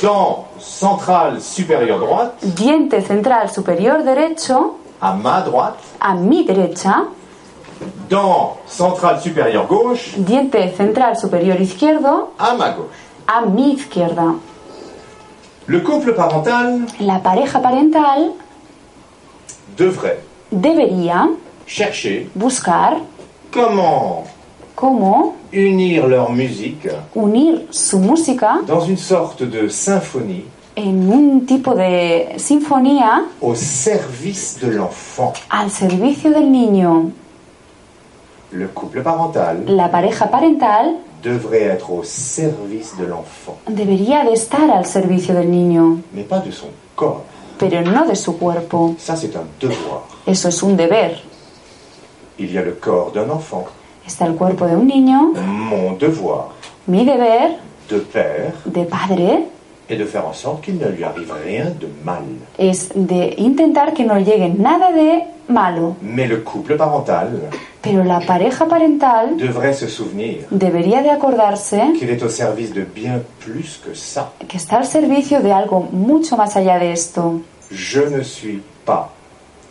Dent centrale supérieure droite, Diente central superior derecho, à ma droite. a mi derecha. Dent centrale supérieure gauche, Diente central superior izquierdo, à ma gauche. a mi izquierda. Le couple parental La pareja parental devrait debería chercher buscar comment cómo unir leur musique unir su música dans une sorte de symphonie en un tipo de sinfonía au service de l'enfant. al servicio del niño. Le couple parental La pareja parental devrait être au service de l'enfant, Debería de estar al servicio del niño, mais pas de son corps. pero no de su cuerpo. Ça, c'est un devoir. Eso es un deber. Il y a le corps d'un enfant. Está el cuerpo de un niño, Mon devoir mi deber de père de padre est de faire en sorte qu'il ne lui arrive rien de mal. es de intentar que no llegue nada de malo, Mais le couple parental pero la pareja parental devrait se souvenir debería de acordarse qu'il est au service de bien plus que ça. que está al servicio de algo mucho más allá de esto. Je ne suis pas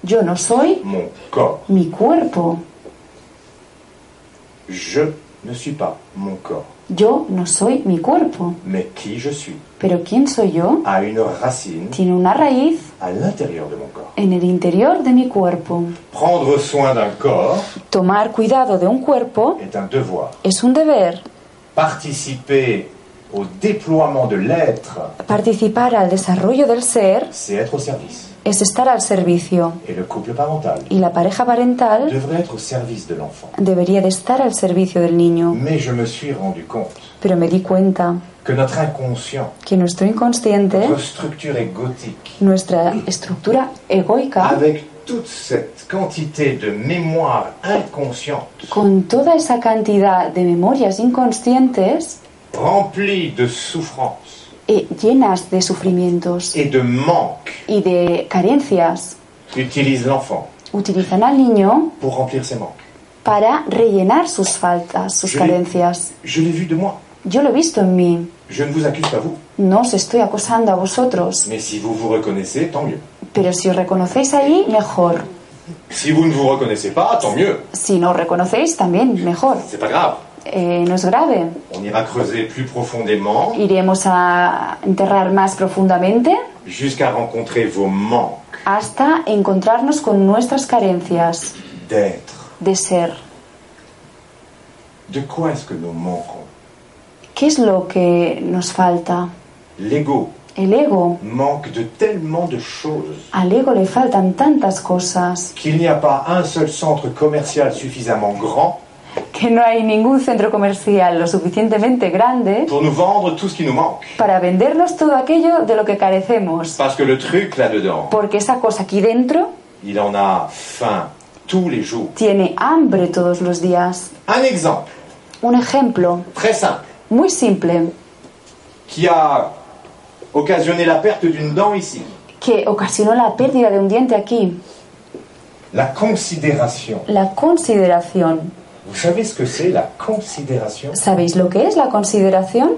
Yo no soy mon corps. mi cuerpo, Je ne suis pas mon corps. yo no soy mi cuerpo, Mais qui je suis pero ¿quién soy yo? a une racine Tiene una raíz à l'intérieur de mon corps. en el interior de mi cuerpo. Prendre soin d'un corps Tomar cuidado de un cuerpo est un devoir. es un deber. Participer au déploiement de l'être, Participar al desarrollo del ser c'est être au service. es estar al servicio Et le couple parental y la pareja parental devrait être au service de l'enfant. debería de estar al servicio del niño. Mais je me suis rendu compte Pero me di cuenta que notre inconscient, que nuestro inconsciente, notre structure égotique, nuestra estructura egoica, avec toute cette quantité de mémoire inconsciente, con toda esa cantidad de memorias inconscientes remplie de souffrances eh, llenas de sufrimientos et de manques, y de carencias, utilise l'enfant utilizan al niño pour remplir ses manques. para rellenar sus faltas, sus Je l'ai- carencias. Je l'ai vu de moi. Yo lo he visto en mí. Je ne vous accuse pas vous, No os estoy acosando a vosotros, mais si vous vous reconnaissez, tant mieux. pero si os reconocéis ahí, mejor. Si vous ne vous reconnaissez pas, tant mieux. Si no os reconocéis, también mejor. C'est pas grave. Eh, no es grave. On ira creuser plus profondément Iremos a enterrar más profundamente jusqu'à rencontrer vos manques hasta encontrarnos con nuestras carencias d'être. de ser. De quoi est-ce que nous manquons ¿Qué es lo que nos falta? L'ego El ego. manque de tellement de choses Al ego le faltan tantas cosas qu'il n'y a pas un seul centre commercial suffisamment grand que no hay ningún centro comercial lo suficientemente grande pour nous vendre tout ce qui nous manque. para vendernos todo aquello de lo que carecemos. Parce que le truc là-dedans, Porque esa cosa aquí dentro il en a faim tous les jours. tiene hambre todos los días. Un exemple Un ejemplo très simple muy simple qui a occasionné la perte d'une dent ici. que ocasionó la pérdida de un diente aquí, La considération. la consideración. Vous savez ce que c'est la considération ¿Sabéis lo que es la consideración?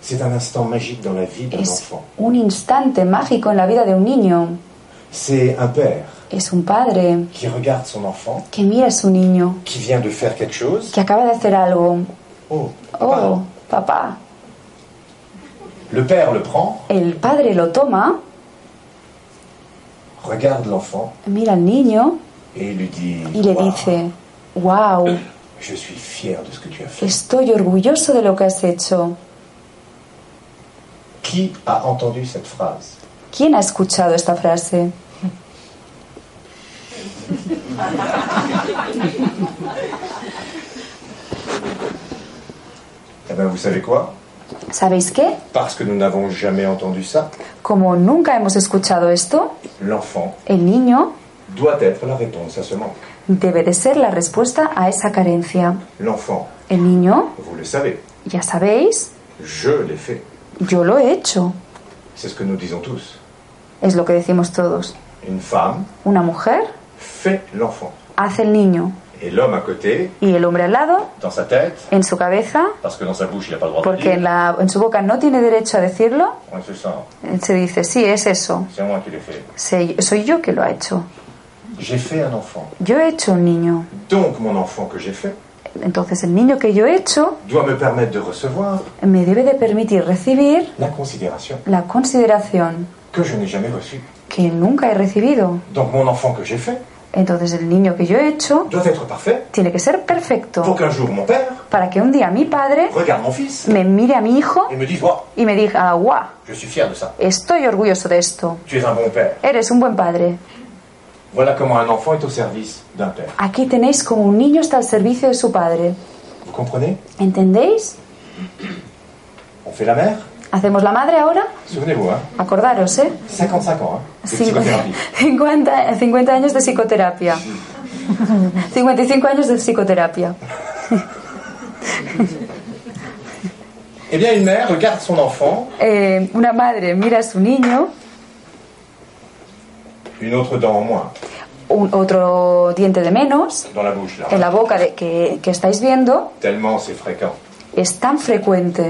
C'est un instant magique dans la vie d'un Es enfant. un instante mágico en la vida de un niño. C'est un père Es un padre qui regarde son enfant, que mira a su niño, qui vient de faire quelque chose. que acaba de hacer algo. Oh, papa. Oh, papá. Le père le prend, El padre lo toma, regarde l'enfant mira al niño et lui dit y le Waouh, dice, wow, Je suis fier de ce que tu as fait. estoy orgulloso de lo que has hecho. Qui a entendu cette phrase ¿Quién ha escuchado esta frase? Eh bien, vous savez quoi ¿Sabéis qué? Parce que nous n'avons jamais entendu ça, Como nunca hemos escuchado esto, l'enfant el niño doit être la réponse à ce manque. debe de ser la respuesta a esa carencia. L'enfant, El niño, vous le savez, ya sabéis, je l'ai fait. yo lo he hecho. C'est ce que nous disons tous. Es lo que decimos todos. Une femme Una mujer fait l'enfant. hace el niño Et l'homme à côté, y el hombre al lado, dans sa tête, en su cabeza, parce que dans sa bouche, il n'a pas le droit de porque le en, dire. la, en su boca no tiene derecho a decirlo, On se sent, él se dice, sí, es eso. c'est moi qui l'ai fait. Sé- Soy yo que lo ha hecho. J'ai fait un enfant. Yo he hecho un niño. Donc, mon enfant que j'ai fait Entonces el niño que yo he hecho doit me permettre de recevoir me debe de permitir recibir la considération la consideración que je n'ai jamais reçue. que nunca he recibido. Donc, mon enfant que j'ai fait Entonces el niño que yo he hecho doit être parfait tiene que ser pour perfecto qu'un jour, mon père para que un día mi padre regarde mon fils me mire a mi hijo et me dise Waouh, y me diga, guau, je suis fier de ça. estoy orgulloso de esto. Tu es un bon père. Eres un buen padre. Voilà comment un enfant est au service d'un père. Aquí tenéis como un niño está al servicio de su padre. Vous comprenez ¿Entendéis? On fait la mère ¿Hacemos la madre ahora? Souvenez-vous, hein, Acordaros, ¿eh? 55 ans hein, de Cin- psychothérapie. 50, 50 años de psicoterapia. 55 años de psicoterapia. Eh bien, une mère regarde son enfant, Eh, una madre mira a su niño, une autre dent en moins, un- otro diente de menos dans la bouche, là. en la boca de- que, que estáis viendo, Tellement c'est fréquent. es tan frecuente.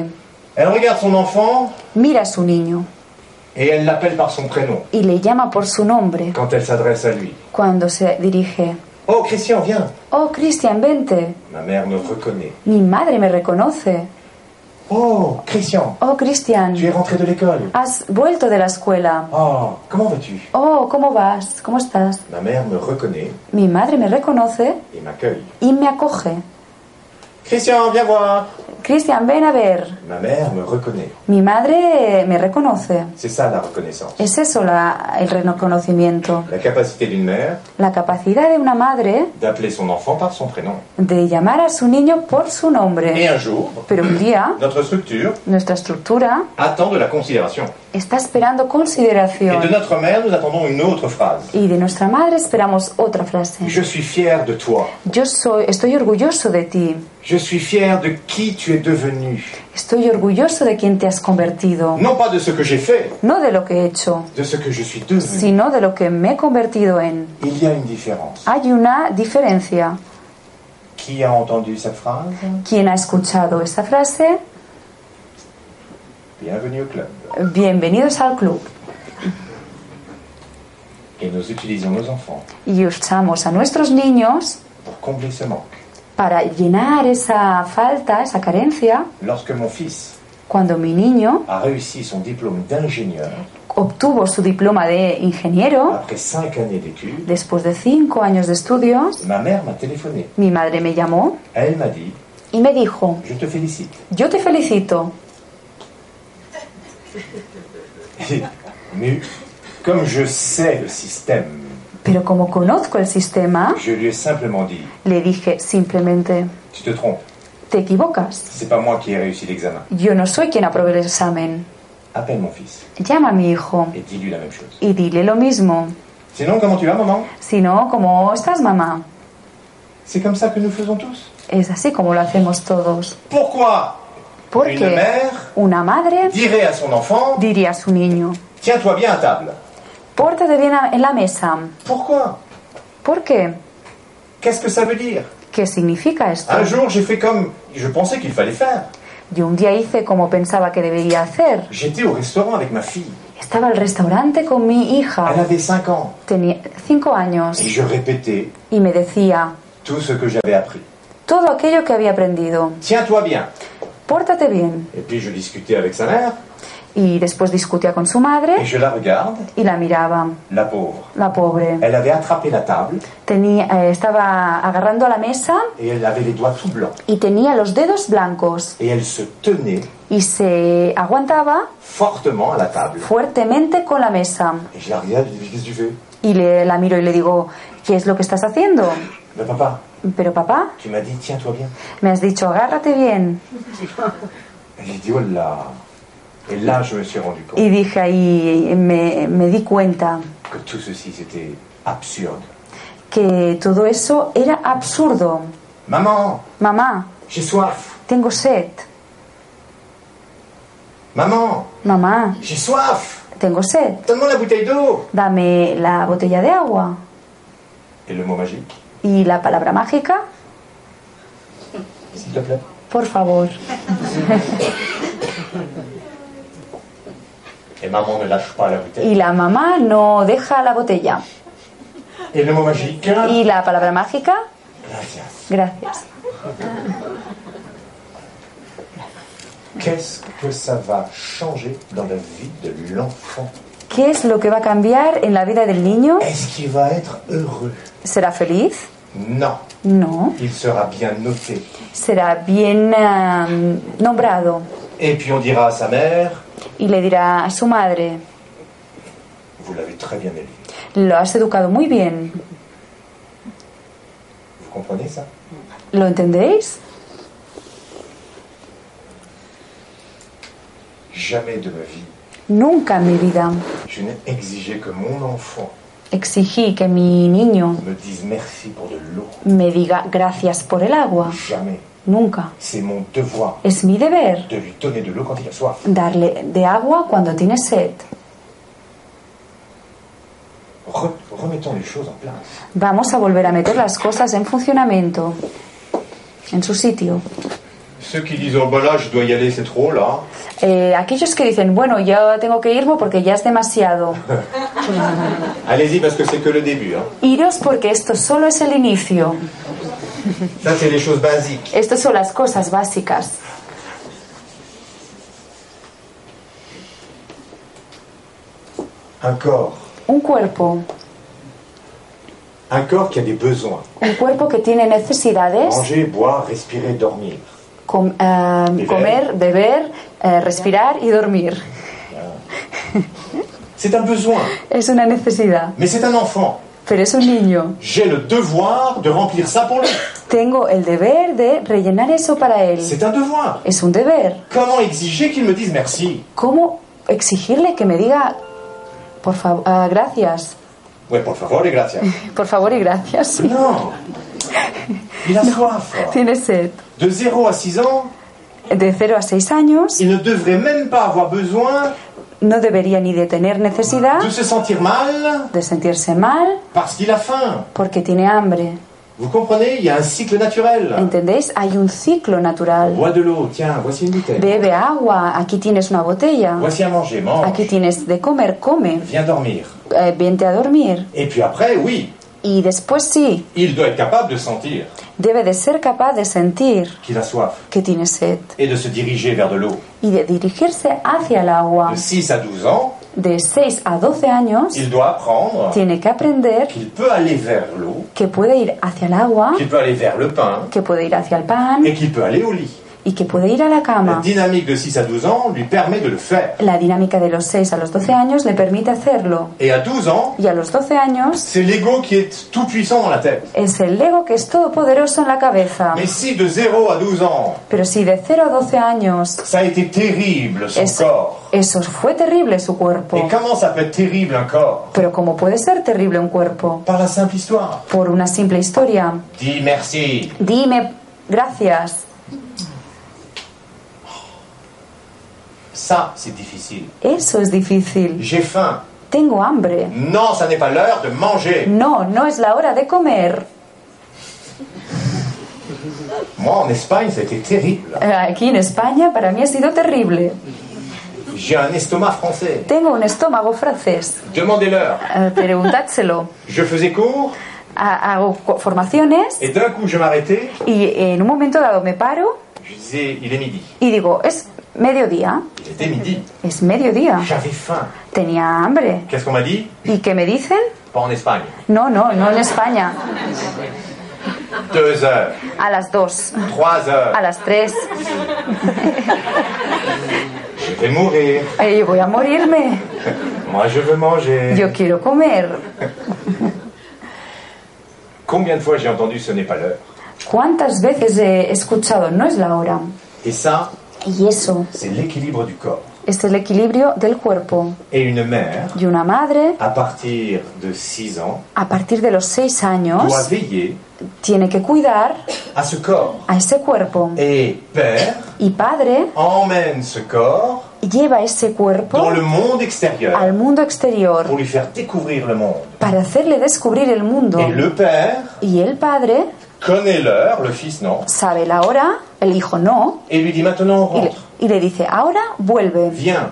Elle regarde son enfant Mira a su niño et elle l'appelle par son prénom y le llama por su nombre quand elle s'adresse à lui. cuando se dirige. Oh, Christian, viens Oh, Cristian, vente. Ma mère me reconnaît. Mi madre me reconoce. Oh, Christian, Oh, Cristian, tu es rentré de l'école. has vuelto de la escuela. Oh, comment vas-tu Oh, ¿cómo vas? ¿Cómo estás? Ma mère me reconnaît Mi madre me reconoce et m'accueille. y me acoge. Christian, viens voir Cristian, ven a ver. Ma mère me reconnaît. Mi madre me reconoce. C'est ça la reconnaissance. Es eso la- el reconocimiento. La capacité d'une mère La capacidad de una madre d'appeler son enfant par son prénom. de llamar a su niño por su Et nombre. un jour, Pero un día, notre structure nuestra estructura attend de la considération. está esperando Et consideración. de notre mère, nous attendons une autre phrase. Y de nuestra madre esperamos otra frase. Je suis fier de toi. Yo soy, estoy orgulloso de ti. Je suis fier de qui tu es devenu. Estoy orgulloso de quien te has convertido. Non pas de ce que j'ai fait, No de lo que he hecho, de ce que je suis devenu. sino de lo que me he convertido en. Il y a une différence. Hay una diferencia. Qui a entendu cette phrase Quien ha escuchado esta frase, Bienvenue au club. bienvenidos al club. Et nous utilisons nos enfants Y usamos a nuestros niños pour combler ce manque. para llenar esa falta, esa carencia. Lorsque mon fils Cuando mi niño a réussi son diplôme d'ingénieur, obtuvo su diploma de ingeniero, après cinq années d'études, después de cinco años de estudios, ma mère m'a téléphoné. mi madre me llamó Elle m'a dit y me dijo, Je te félicite. yo te felicito. Mais comme je sais le système, Pero como conozco el sistema, je lui ai simplement dit le dije simplemente, Tu te trompes, te equivocas. c'est pas moi qui ai réussi l'examen. Yo no soy quien aprobó el examen. Appelle mon fils Llama a mi hijo et dis-lui la même chose. y dile lo mismo. Sinon, comment tu vas, maman Si no, ¿cómo estás, mamá? C'est comme ça que nous faisons tous. Es así como lo hacemos todos. Pourquoi une Porque mère una madre dirait à son enfant diría a su niño, Tiens-toi bien à table. pórtate bien a- en la mesa. Pourquoi ¿Por qué? Qu'est-ce que ça veut dire ¿Qué significa esto? Un jour, j'ai fait comme je pensais qu'il fallait faire. Yo un día hice como pensaba que debería hacer. J'étais au restaurant avec ma fille. Estaba al restaurante con mi Elle hija. avait 5 ans. Tenía cinco años Et je répétais y me decía tout ce que j'avais appris. todo aquello que había aprendido. Tiens-toi bien. Pórtate bien. Et puis je discutais avec sa mère Y después discutía con su et madre je la regarde, y la miraba. la pauvre. La pobre. Elle avait attrapé la table Tenía, eh, estaba agarrando a la mesa et elle avait les doigts tout blancs. y tenía los dedos blancos Et elle se tenait y se aguantaba fortement à la table. fuertemente con la mesa. Et je la regarde et je dis Qu'est-ce que tu fais Y le, la miro y le digo, ¿qué es lo que estás haciendo? Ben papa, Pero papá, tu m'as dit tiens-toi bien. me has dicho, agárrate bien. Et j'ai dit oh là Et là je me suis rendu compte Y dije ahí, me, me di cuenta que tout ceci c'était absurde. que todo eso era absurdo. Maman, Mamá, j'ai soif. tengo sed. Maman, Mamá, j'ai soif. tengo sed. Donne-moi la bouteille d'eau. Dame la botella de agua. Et le mot magique Y la palabra mágica, S'il te plaît. por favor. Et maman ne lâche pas la bouteille. Y la mamá no deja la botella. Et le mot magique hein. Y la palabra mágica, Gracias. gracias. Qu'est-ce que ça va changer dans la vie de l'enfant ¿Qué es lo que va a cambiar en la vida del niño? Est-ce qu'il va être heureux ¿Será feliz? Non, No. il sera bien noté. Será bien eh, nombrado. Et puis on dira à sa mère, Y le dirá a su madre, vous l'avez très bien élevé. lo has educado muy bien. Vous comprenez ça ¿Lo entendéis? Jamais de ma vie, Nunca en mi vida je n'ai exigé que mon enfant exigí que mi niño me dise merci pour de l'eau. me diga gracias por el agua. Jamais. Nunca. C'est mon devoir Es mi deber de lui donner de l'eau quand il a soif. darle de agua cuando tiene sed. Re- remettons les choses en place. Vamos a volver a meter las cosas en funcionamiento, en su sitio. Ceux qui disent, oh bah là, je dois y aller, c'est trop là. Eh, aquellos que dicen, bueno, ya tengo que irme porque ya es demasiado. Allez-y parce que c'est que le début. hein. Iros porque esto solo es el inicio. Ça, c'est les choses basiques. Estas son las cosas básicas. Un corps. Un cuerpo, Un corps qui a des besoins. un cuerpo que tiene necesidades, Manger, boire, respirer, dormir. com- eh, comer, beber, eh, respirar y dormir. C'est un besoin, Es una necesidad, mais c'est un enfant. pero es un niño. J'ai le devoir de remplir ça pour lui. Tengo el deber de rellenar eso para él. C'est un devoir. Es un deber. Comment exiger qu'il me dise merci ¿Cómo exigirle que me diga, por favor, ah, gracias? Ouais, por favor, les gracias. Por favor y gracias. Non Il a soif. Tiene sed. De 0 à 6 ans, De 0 a 6 años il ne devrait même pas avoir besoin no debería ni de tener necesidad de se sentir mal de sentirse mal parce qu'il a faim. porque tiene hambre. Vous comprenez Il y a un cycle naturel. ¿Entendéis? Hay un ciclo natural. Bois de l'eau, tiens, voici une bouteille. Bebe agua, aquí tienes una botella. Voici à manger, mange. Aquí tienes de comer, come. Viens dormir. Eh, vente a dormir. Et puis après, oui, Y después sí, il doit être capable de sentir debe de ser capaz de sentir qu'il a soif que tiene sed et de se diriger vers de l'eau. y de dirigirse hacia el agua. De 6 à 12 ans, De 6 a 12 años il doit apprendre tiene que aprender qu'il peut aller vers l'eau, que puede ir hacia el agua, qu'il peut aller vers le pain que puede ir hacia el pan et qu'il peut aller au lit. y que puede ir a la La cama. dynamique de 6 à 12 ans lui permet de le faire. La dinámica de los 6 a los 12 años le permite hacerlo. Et à 12 ans, Y a los 12 años c'est l'ego qui est tout puissant dans la tête. es el ego que es todopoderoso en la cabeza. Mais si de 0 à 12 ans, Pero si de 0 a 12 años ça a été terrible son es- corps, eso fue terrible su et cuerpo. comment ça peut être terrible un corps Pero ¿cómo puede ser terrible un cuerpo? Par la simple histoire. Por una simple historia. Dis merci. Dime gracias. Ça, c'est difficile. Eso es difícil. J'ai faim. Tengo hambre. Non, ça n'est pas l'heure de manger. No, no es la hora de comer. Moi, en Espagne, ça a été terrible. Eh, Aquí en España para mí ha sido terrible. J'ai un estomac français. Tengo un estómago francés. Demandez-leur. Eh, Preguntádselo. Je faisais cours Ha- Hago co- formaciones et d'un coup je m'arrêtais. Y en un momento dado me paro Je disais, il est midi. y digo, es mediodía, Il était midi. es mediodía. J'avais faim. Tenía hambre. Qu'est-ce qu'on m'a dit ¿Y qué me dicen? Pas en Espagne. No, no, no en España. Deux heures, A las dos, trois a heures. las tres. Je vais mourir. Eh, yo voy a morirme. Moi, je veux manger. Yo quiero comer. Combien de fois j'ai entendu ce n'est pas l'heure ¿Cuántas veces he escuchado no es la hora? Et ça, Y eso c'est l'équilibre du corps. Este es el equilibrio del cuerpo. Et une mère, Y una madre, à partir de 6 ans, a partir de los seis doit años, veiller tiene que cuidar à ce corps. a ese cuerpo. Et père Y padre emmène ce corps lleva ese dans cuerpo le monde extérieur al mundo exterior pour lui faire découvrir le monde. para hacerle descubrir el mundo. Et le père Y el padre connaît l'heure, le fils non, sabe la hora, el hijo no, et lui dit maintenant on y le, rentre. y le dice, ahora vuelve, Viens,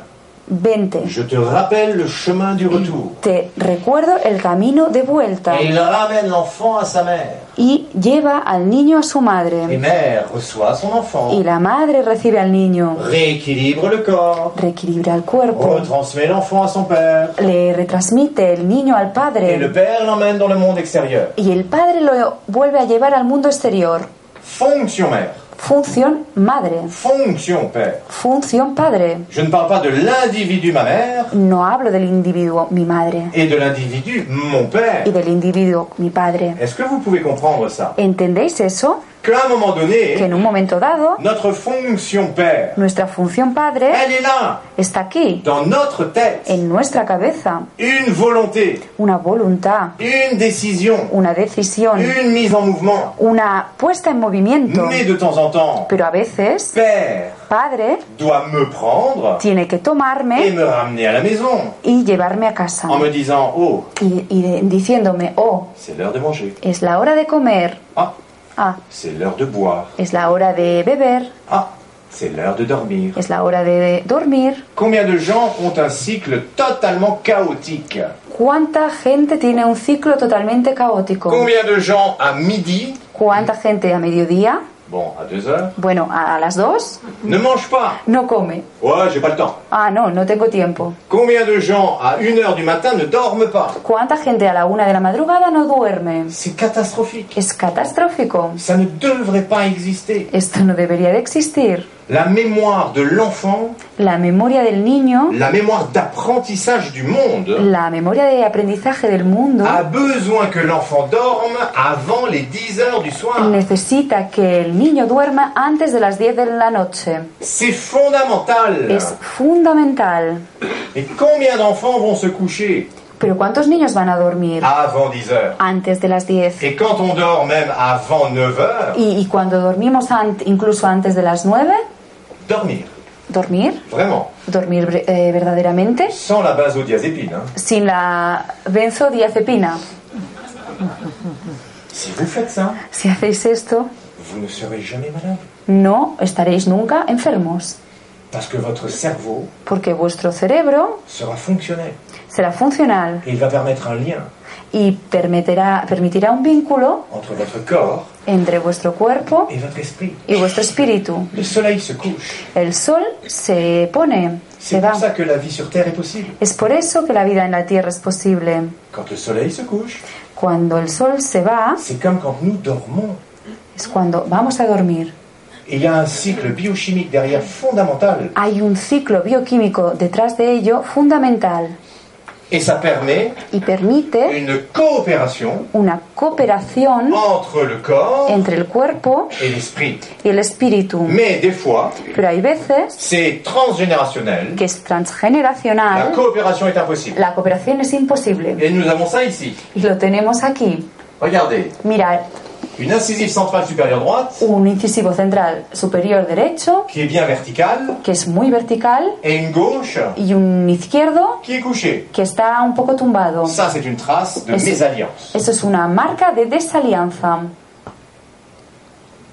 vente, je te rappelle le chemin du retour. te recuerdo el camino de vuelta. Et il ramène l'enfant à sa mère. Y lleva al niño a su Et madre. mère reçoit son enfant, Y la madre recibe al niño, rééquilibre le corps, reequilibra el cuerpo, retransmet l'enfant à son père. le retransmite el niño Et al le padre. père l'emmène dans le monde extérieur. Y el padre lo vuelve a llevar al mundo exterior. Fonction mère, Función madre, fonction père. función padre. Je ne parle pas de l'individu ma mère No hablo del individuo mi madre et de l'individu mon père. y del individuo mi padre. Est-ce que vous pouvez comprendre ça ¿Entendéis eso? qu'à un moment que donné, en un momento dado, notre fonction père, nuestra función padre elle est là, está aquí, dans notre tête, en nuestra cabeza. une volonté, Una voluntad, une décision, una decisión, une mise en mouvement, una puesta en movimiento. mais de temps en temps, Pero a veces, père padre doit me prendre tiene que et tomarme me ramener à la maison y llevarme a casa. en me disant Oh, Y, y diciéndome, oh, c'est l'heure de manger. es la hora de comer. Ah, Ah, c'est l'heure de boire. es la hora de beber. Ah, c'est l'heure de dormir. Es la hora de dormir. Combien de gens ont un cycle totalement chaotique ¿Cuánta gente tiene un ciclo totalmente caótico? Combien de gens à midi, ¿Cuánta gente a mediodía, bon, à deux heures, bueno, a, a las dos, ne mangent pas no come? Ouais, j'ai pas le temps. Ah, no, no tengo tiempo. Combien de gens à une heure du matin ne dorment pas ¿Cuánta gente a la una de la madrugada no duerme? C'est catastrophique. Es catastrófico. Ça ne devrait pas exister. Esto no debería de existir. La mémoire de l'enfant, La memoria del niño, la mémoire d'apprentissage du monde, la memoria de aprendizaje del mundo, a besoin que l'enfant dorme avant les 10 heures du soir. necesita que el niño duerma antes de las 10 de la noche. C'est fondamental. Es fundamental. Et combien d'enfants vont se coucher Pero ¿cuántos niños van a dormir avant 10 heures antes de las 10? Et quand on dort même avant 9 heures, Y, y cuando dormimos ant- incluso antes de las 9, dormir. dormir, Vraiment. dormir bre- eh, verdaderamente, Sans la benzodiazépine. Hein. sin la benzodiazepina. Si vous faites ça, Si hacéis esto, vous ne serez jamais malade. no estaréis nunca enfermos, Parce que votre cerveau porque vuestro cerebro sera fonctionnel. será funcional Et il va permettre un lien y permitirá, permitirá un vínculo entre votre corps entre vuestro cuerpo et votre esprit. y vuestro espíritu. Le soleil se couche. El sol se pone, se C'est va. pour ça que la vie sur Terre est possible. Es por eso que la vida en la Tierra es posible. Quand le soleil se couche, Cuando el sol se va, c'est comme quand nous dormons. es cuando vamos a dormir. Et il y a un cycle biochimique derrière fondamental. Hay un ciclo bioquímico detrás de ello fundamental Et ça permet y permite une coopération una cooperación entre le corps entre el cuerpo et l'esprit. y el espíritu. Mais des fois, Pero hay veces c'est transgénérationnel. que es La transgeneracional, coopération est impossible. la cooperación es imposible. Et nous avons ça ici. Y lo tenemos aquí. Regardez, Mirad, une incisive centrale supérieure droite un incisivo central superior derecho, qui est bien verticale que es muy vertical, et une gauche y un izquierdo qui est couchée. que está un poco tumbado. Ça, c'est une trace de Et c'est- mésalliance. Eso es una marca de desalianza.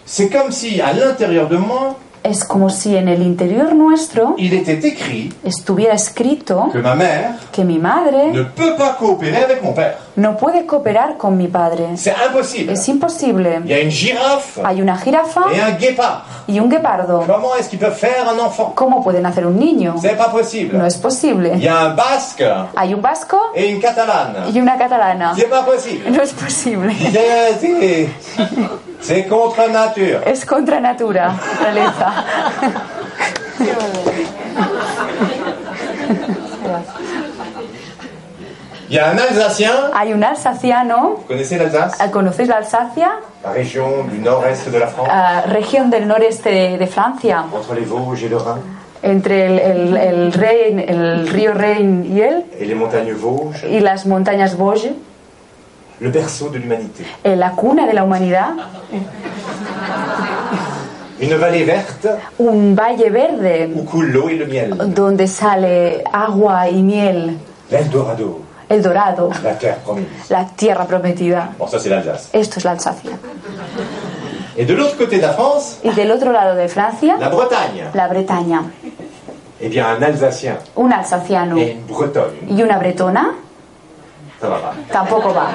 C'est comme si, à l'intérior de moi, Es como si en el interior nuestro il était écrit estuviera escrito que ma mère que mi madre ne peut pas coopérer avec mon père. no puede cooperar con mi padre. C'est impossible. Es Il y imposible. a une girafe Hay una jirafa et un guépard. y un guepardo. Comment est-ce qu'ils peuvent faire un enfant ¿Cómo pueden hacer un niño? C'est pas possible. No es Il y posible. a un basque Hay un vasco et une catalane. y una catalana. C'est pas possible. No es posible. C'est- c'est- C'est contre nature. Es contra natura, realeza. Il y a un Alsacien. Hay un alsaciano. Vous connaissez l'Alsace ¿Conocéis la Alsacia? La région du nord-est de la France, Ah, región del noreste de, de Francia, entre les Vosges et le Rhin, entre el, el- el Rein- el río Rein y él, et les montagnes Vosges, y las montañas Vosges, le berceau de l'humanité. eh, la cuna de la humanidad, Une vallée verte un valle verde où coule l'eau et le miel. donde sale agua y miel, L'Eldorado, el dorado, la terre promise. la tierra prometida. Bon, ça c'est l'Alsace. Esto es la Alsacia. Et de l'autre côté de la France, Y del otro lado de Francia, la Bretagne. la Bretaña, Eh bien, un Alsacien un alsaciano et une Bretonne, y una bretona ça va pas. tampoco va.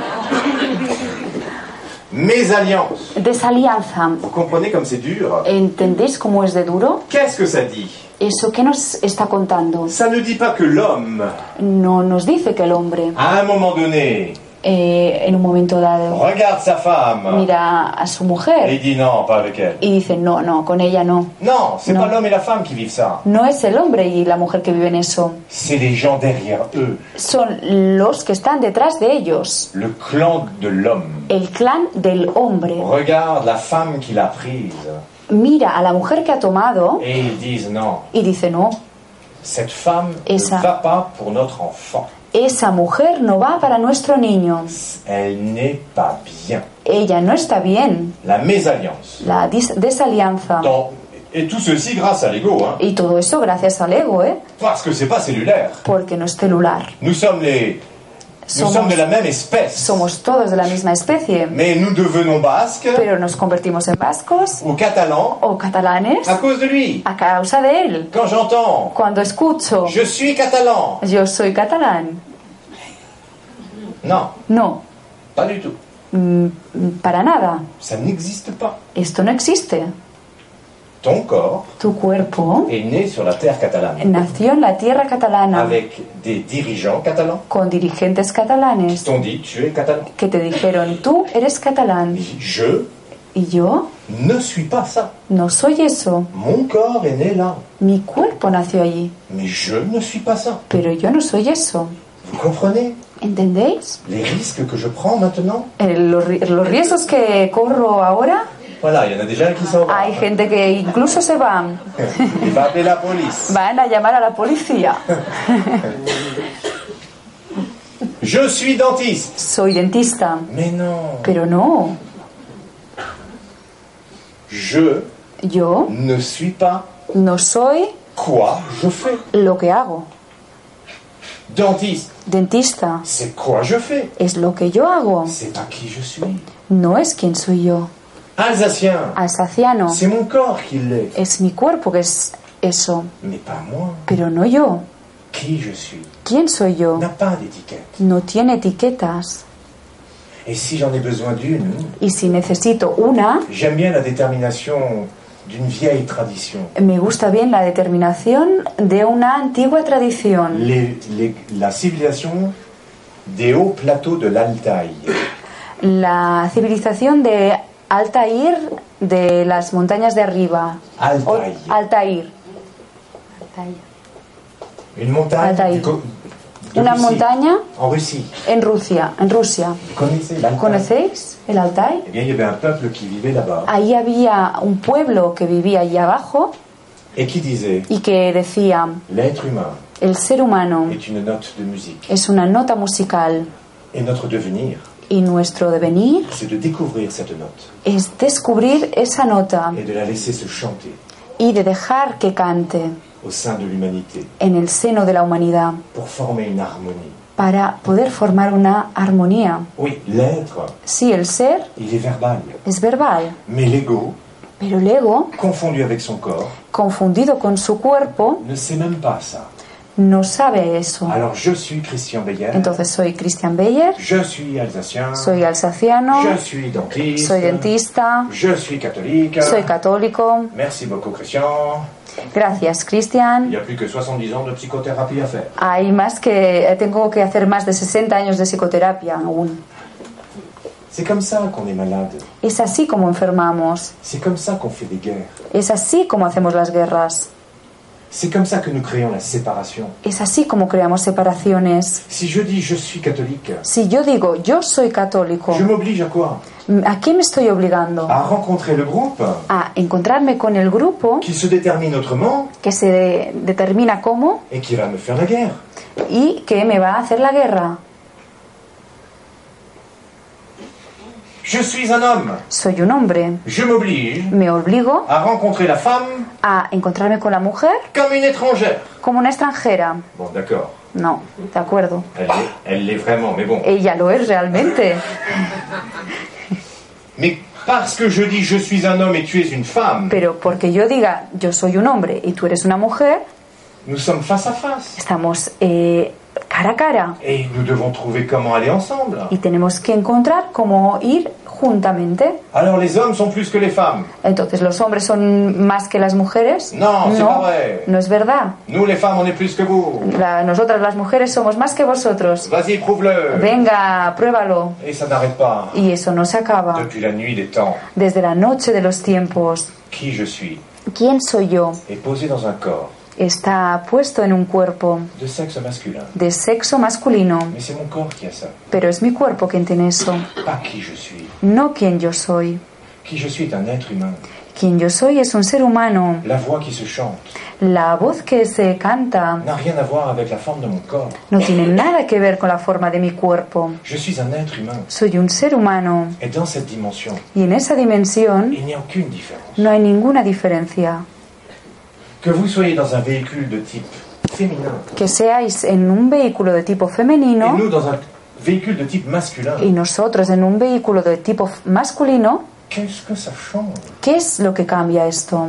Mes alliances. Desalianza. Vous comprenez comme c'est dur ¿Entendéis cómo es de duro? Qu'est-ce que ça dit ¿Eso qué nos está contando? Ça ne dit pas que l'homme, no nos dice que el hombre à un moment donné, eh, en un momento dado regarde sa femme mira a su et il mujer dit non, pas avec elle. y dice, no, no, con ella no. Non, c'est Non. pas l'homme et la femme qui vivent ça. No es el hombre y la mujer que viven eso, C'est les gens derrière eux, son los que están detrás de ellos, le clan de l'homme. el clan del hombre. Regarde la femme qu'il a prise Mira a la mujer que ha tomado et ils disent non, y dice, no, cette femme Et ça. ne va pas pour notre enfant. esa mujer no va para nuestro niño, Elle n'est pas bien. ella no está bien, La mésalliance. la dis- desalianza. Dans- Et tout ceci grâce à l'ego, hein, Y todo eso gracias al ego, ¿eh? parce que c'est pas cellulaire. Porque no es celular. Nous sommes les, nous Somos, sommes de la même espèce, somos todos de la misma especie, mais nous devenons basques pero nos convertimos en vascos ou catalans o catalanes à cause de lui. a causa de él. Quand j'entends Cuando escucho, Je suis catalan. yo soy catalán, Non, no, pas du tout. mm, para nada. Ça n'existe pas. Esto no existe. Ton corps Tu cuerpo est né sur la terre catalane, nació en la tierra catalana avec des dirigeants catalans con dirigentes qui catalanes t'ont dit tu es catalan. que te dijeron, tú eres catalán Je y yo ne suis pas ça. no soy eso. Mon corps est né là, Mi cuerpo nació allí, mais je ne suis pas ça. pero yo no soy eso. Vous comprenez ¿Entendéis? les risques que je prends maintenant Eh, los, ri- los riesgos que corro ahora, Voilà, il y en a déjà un qui s'en va. hay gente que incluso se van, Il va appeler la police. van a llamar a la policía. Je suis dentiste. Soy dentista, Mais non, pero no, je yo ne suis pas no soy quoi je fais. lo que hago. Dentiste, Dentista c'est quoi je fais. es lo que yo hago, C'est pas qui je suis. no es quien soy yo. Alsacien, Alsaciano c'est mon corps qui l'est, es mi cuerpo que es eso, mais pas moi. pero no yo. Qui je suis ¿Quién soy yo? n'a pas d'étiquette. No tiene etiquetas. Et si j'en ai besoin d'une, Y si necesito una, j'aime bien la détermination d'une vieille tradition. Me gusta bien la determinación de una antigua tradición. Les- les- la civilisation des hauts plateaux de l'Altaï. La civilización de Altair de las montañas de arriba. Altair. O- Altair. Une montagne Altaï. du co- de Una Russie. montaña en Russie. en Rusia, en Rusia. Vous connaissez l'Altaï ¿Conocéis el Altai? Eh bien, il y avait un peuple qui vivait là-bas Ahí había un pueblo que vivía allí abajo et qui disait y que decía, L'être humain el ser humano est une note de musique. es una nota musical Et notre devenir, y nuestro devenir c'est de découvrir cette note es descubrir esa nota et de la laisser se chanter y de dejar que cante. au sein de l'humanité en el seno de la humanidad pour former une harmonie. para poder formar una armonía. Oui, l'être, Sí, el ser il est verbal, es verbal, mais l'ego, pero el ego, confondu avec son corps, confundido con su cuerpo, ne sait même pas ça. no sabe eso. Alors, je suis Christian Beyer, Ah. Entonces soy Christian Beyer, je suis alsacien, soy alsaciano, je suis dentiste, soy dentista, je suis catholique. soy católico. Merci beaucoup, Christian. Gracias, Il n'y Christian. a plus que 70 ans de psychothérapie à faire. Hay más que tengo que hacer más de 60 años de psicoterapia aún. C'est comme ça qu'on est malade. Es así como enfermamos, C'est comme ça qu'on fait des guerres. es así como hacemos las guerras, C'est comme ça que nous créons la séparation. es así como creamos separaciones. Si je dis je suis catholique, Si yo digo yo soy católico, je m'oblige à quoi ¿a qué me estoy obligando? À rencontrer le groupe A encontrarme con el grupo qui se détermine autrement que se de- determina cómo et qui va me faire la guerre. y que me va a hacer la guerra. Je suis un homme. Soy un hombre. Je m'oblige Me obligo à rencontrer la femme a encontrarme con la mujer comme une étrangère. como una extranjera. Bon, d'accord. No, de acuerdo. Elle l'est- Elle l'est vraiment, mais bon. Ella lo es realmente. Mais parce que je dis je suis un homme et tu es une femme, Pero porque yo diga yo soy un hombre y tú eres una mujer, nous sommes face à face. estamos eh, cara a cara Et nous devons trouver comment aller ensemble. y tenemos que encontrar cómo ir juntamente. Alors les hommes sont plus que les femmes. Entonces, ¿los hombres son más que las mujeres? No, sí, no, hombre. no es verdad. Nous les femmes, on est plus que vous. La- nosotras las mujeres somos más que vosotros. Vas-y, prouve-le. Venga, pruébalo. Et ça n'arrête pas. Y eso no se acaba. Depuis la nuit des temps, Desde la noche de los tiempos, qui je suis ¿quién soy yo? est posé dans un corps Está puesto en un cuerpo de sexe masculin. de sexo masculino, Mais c'est mon corps qui a ça, pero es mi cuerpo quien tiene eso, pas qui je suis. no quien yo soy. Qui je suis est un être humain. Quien yo soy es un ser humano. La voix qui se chante La voz que se canta n'a rien à voir avec la forme de mon corps. no tiene nada que ver con la forma de mi cuerpo. Je suis un être humain. Soy un ser humano Et dans cette dimension, y en esa dimensión il n'y a aucune différence. no hay ninguna différencia. Que vous soyez dans un véhicule de type féminin, Que seáis en un vehículo de tipo et femenino nous dans un véhicule de type masculin, y nosotros en un vehículo de tipo f- masculino, qu'est-ce que ça change ¿qué es lo que cambia esto?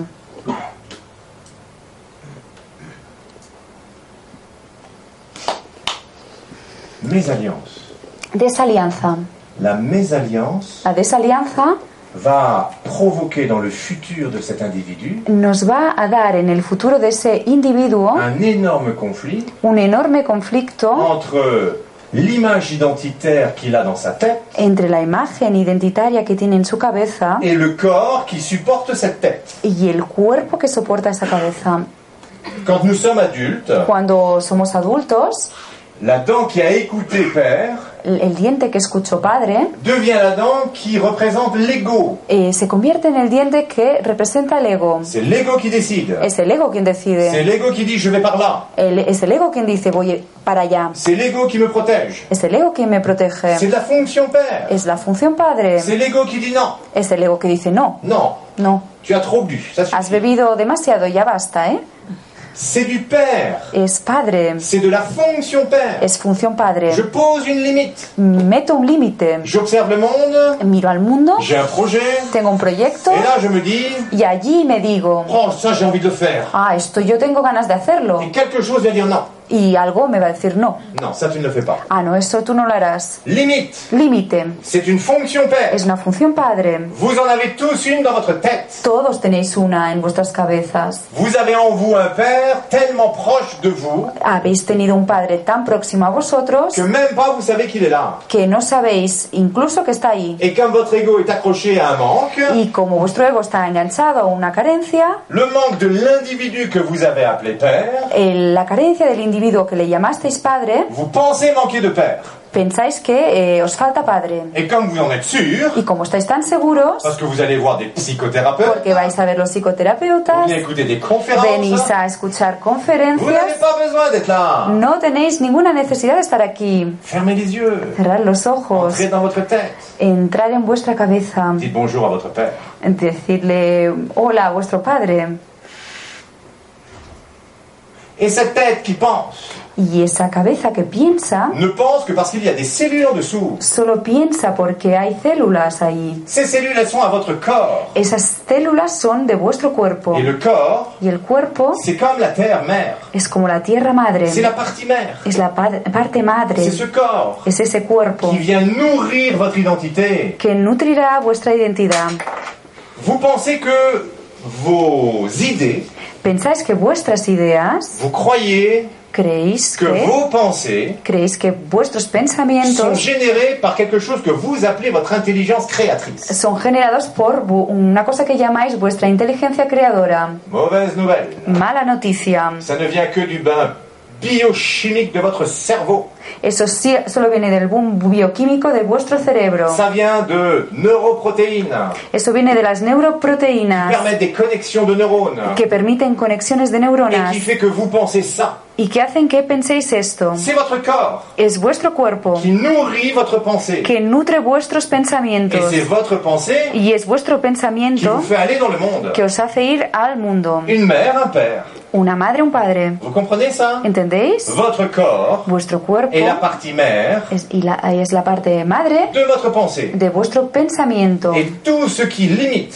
Mésalliance. Desalianza. La mésalliance La desalianza va provoquer dans le futur de cet individu nos va a dar en el futuro de ese individuo un énorme conflit un enorme conflicto entre l'image identitaire qu'il a dans sa tête entre la imagen identitaria que tiene en su cabeza et le corps qui supporte cette tête. y el cuerpo que soporta esa cabeza. Quand nous sommes adultes, Cuando somos adultos, la dent qui a écouté père el el diente que escuchó padre devient la dent qui représente l'ego. eh, se convierte en el diente que representa el ego. C'est l'ego qui décide. Es el ego quien C'est decide. l'ego qui dit je vais par là. El- es el ego quien dice voy para allá. C'est l'ego qui me protège. Es el ego quien me C'est protege. la fonction père. Es la función padre. C'est l'ego qui dit non, Es el ego que dice no, non, no. tu as trop bu. Ça Has suffit. bebido demasiado, ya basta, ¿eh? C'est du père. Es padre. C'est de la fonction père. Es función padre. Je pose une limite. Meto un límite. J'observe le monde. Miro al mundo. J'ai un projet. Tengo un proyecto. Et là, je me dis, Y allí me digo, oh, ça, j'ai envie de le faire. ah, esto yo tengo ganas de hacerlo. Et quelque chose vient dire non. Y algo me va a decir no. Non, ça, tu ne le fais pas. Ah, no, eso tú no lo harás. Limite. Límite. C'est une fonction père. Es una función padre. Vous en avez tous une dans votre tête. Todos tenéis una en vuestras cabezas. Vous avez en vous un père tellement proche de vous Habéis tenido un padre tan próximo a vosotros que même pas vous savez qu'il est là. que no sabéis incluso que está ahí. Et comme votre ego est accroché à un manque, Y como vuestro ego está enganchado a una carencia, le manque de l'individu que vous avez appelé père, el- la carencia del individuo que le llamasteis padre, vous pensez manquer de père. pensáis que eh, os falta padre. Et comme vous en êtes sûr, Y como estáis tan seguros, parce que vous allez voir des psychothérapeutes, porque vais a ver los vous psicoterapeutas, venez écouter des venís conférences, a escuchar vous n'avez conferencias, pas besoin d'être là. no tenéis ninguna necesidad de estar aquí. Fermez les yeux, Cerrad los ojos, entrez dans votre tête, entrar en vuestra cabeza, dites bonjour à votre père. decirle hola a vuestro padre. Et cette tête qui pense Y esa cabeza que piensa, ne pense que parce qu'il y a des cellules en dessous. solo piensa porque hay células ahí. Ces cellules, elles sont à votre corps. Esas células son de vuestro cuerpo. Et le corps, Y el cuerpo c'est comme la terre mère. es como la tierra madre, C'est la partie mère. es la pa- parte C'est madre, ce corps es ese cuerpo qui vient nourrir votre identité. que nutrirá vuestra identidad. Vous pensez que vos idées, ¿Pensáis que vuestras ideas, vous croyez creéis que que, vos pensées creéis que vuestros sont pensamientos générées par quelque chose que vous appelez votre intelligence créatrice. son generados por vu- una cosa que llamáis vuestra inteligencia creadora? Mauvaise nouvelle. Mala noticia. Ça ne vient que du bain biochimique de votre cerveau. Eso sí, solo viene del boom bioquímico de vuestro cerebro. Ça vient de neuroprotéines Eso viene de las qui neuroproteínas permettent des connexions de neurones que permiten conexiones de et neuronas qui fait que vous pensez ça. y que hacen que penséis esto. C'est votre corps Es vuestro cuerpo qui nourrit votre pensée. que nutre vuestros Et pensamientos c'est votre pensée y es vuestro qui pensamiento vous fait aller dans le monde. que os hace ir al mundo. Une mère, un père. Una madre, un padre. Vous comprenez ça ¿Entendéis? Votre corps Vuestro cuerpo est la partie mère es, y la, es la parte madre de votre pensée. de vuestro pensamiento Et tout ce qui limite,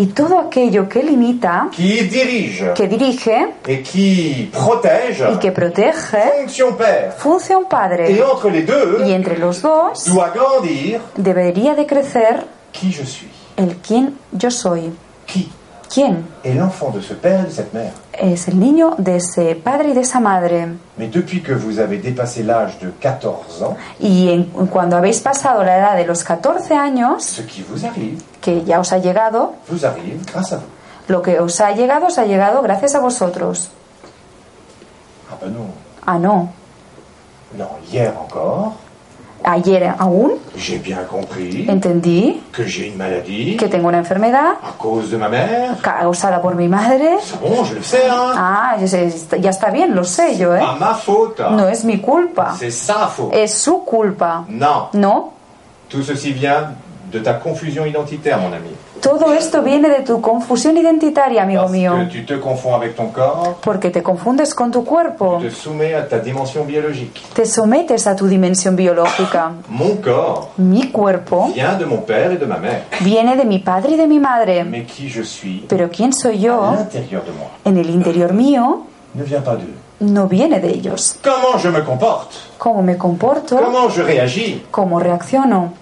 y todo aquello que limita, qui dirige que dirige et qui protège, y que protege, fonction père. función Et padre. entre les deux, Y entre los dos doit grandir debería de crecer qui je suis, el quién yo soy. qui ¿Quién? est l'enfant de ce père et de cette mère. Es el niño de ese padre y de esa madre. Mais depuis que vous avez dépassé l'âge de 14 ans, Y en- cuando habéis pasado la edad de los 14 años, ce qui vous arrive, que ya os ha llegado, vous arrive grâce à vous. lo que os ha llegado os ha llegado gracias a vosotros. Ah ben non, Ah, no. non, hier encore, Ayer aún j'ai bien compris entendí que j'ai une maladie que tengo una enfermedad à cause de ma mère. causada por mi madre. C'est bon, je le sais, hein Ah, ya se- ya está bien, lo sé yo, ¿eh? Pas ma faute No es mi culpa, C'est sa faute es su culpa. Non, No, tout ceci vient de ta confusion identitaire, mon ami. todo esto viene de tu confusión identitaria, amigo Parce mío, que tu te confonds avec ton corps, porque te confundes con tu cuerpo, te soumets à ta dimension biologique. te sometes a tu dimensión biológica. Mon corps Mi cuerpo vient de mon père et de ma mère. viene de mi padre y de mi madre, Mais qui je suis pero quién soy à yo l'intérieur de moi en el interior mío ne vient pas d'eux. no viene de ellos. Comment je me comporte Cómo me comporto, Comment je réagis cómo reacciono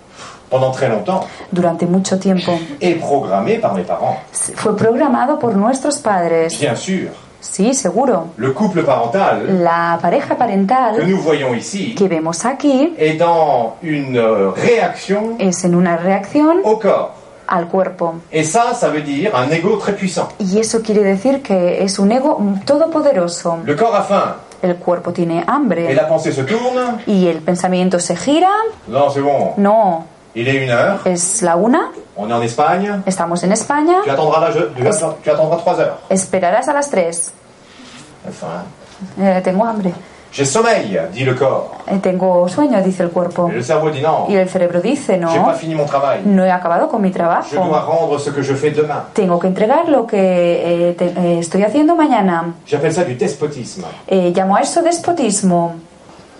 pendant très longtemps durante mucho tiempo. est programmé par mes parents. Fue programado por nuestros padres. Bien sûr, Sí, seguro. le couple parental La pareja que parental nous voyons ici que vemos aquí est dans une euh, réaction es en una reacción au corps. al cuerpo. Et ça, ça veut dire un ego très puissant. Y eso quiere decir que es un ego todopoderoso. Le corps a faim El cuerpo tiene et hambre. la pensée se tourne. Y el pensamiento se gira. Non, c'est bon, No, il est une heure, es la una. on est en Espagne, Estamos en España. tu attendras, la je- tu attends- tu attendras trois heures. Esperarás a las tres. Enfin, Eh, tengo hambre. j'ai sommeil, dit le corps. Eh, tengo sueño, dice el cuerpo. Et le cerveau dit non, Y el cerebro dice, j'ai no, pas fini mon travail. no he acabado con mi Je dois trabajo. rendre ce que je fais demain. Tengo que entregar lo que eh, te- eh, estoy haciendo mañana. J'appelle ça du despotisme. Eh, llamo a eso despotismo.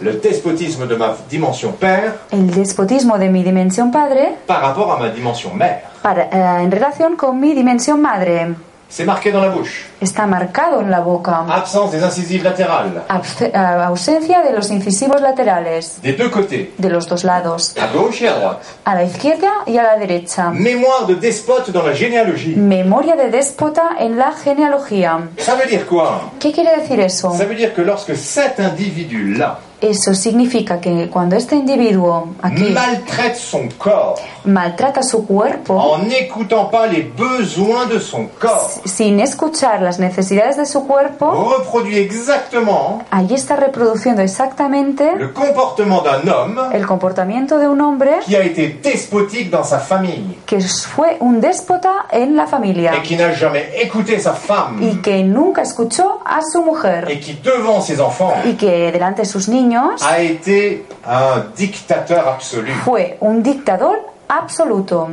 Le despotisme de ma dimension père El despotismo de mi dimensión padre par rapport à ma dimension mère. para- eh, en relación con mi dimensión madre. C'est marqué dans la bouche. Está marcado en la boca. Absence des incisives latérales. Abse- eh, ausencia de los incisivos laterales, Des deux côtés, de los dos lados, à gauche et à droite. a la izquierda y a la derecha. Mémoire de despote dans la généalogie. Memoria de déspota en la genealogía. Ça veut dire quoi ¿Qué quiere decir eso? Ça veut dire que lorsque cet individu-là Eso significa que cuando este individuo aquí maltraite son corps maltrata su cuerpo, en n'écoutant pas les besoins de son corps, sin escuchar las necesidades de su Oh. cuerpo, reproduit exactement allí está reproduciendo exactamente le comportement d'un homme el comportamiento de un hombre qui a été despotique dans sa famille que fue un déspota en la familia et qui n'a jamais écouté sa y femme que nunca escuchó a su mujer et qui devant ses enfants y que delante de sus niños a été un dictateur absolu. fue un dictador absoluto.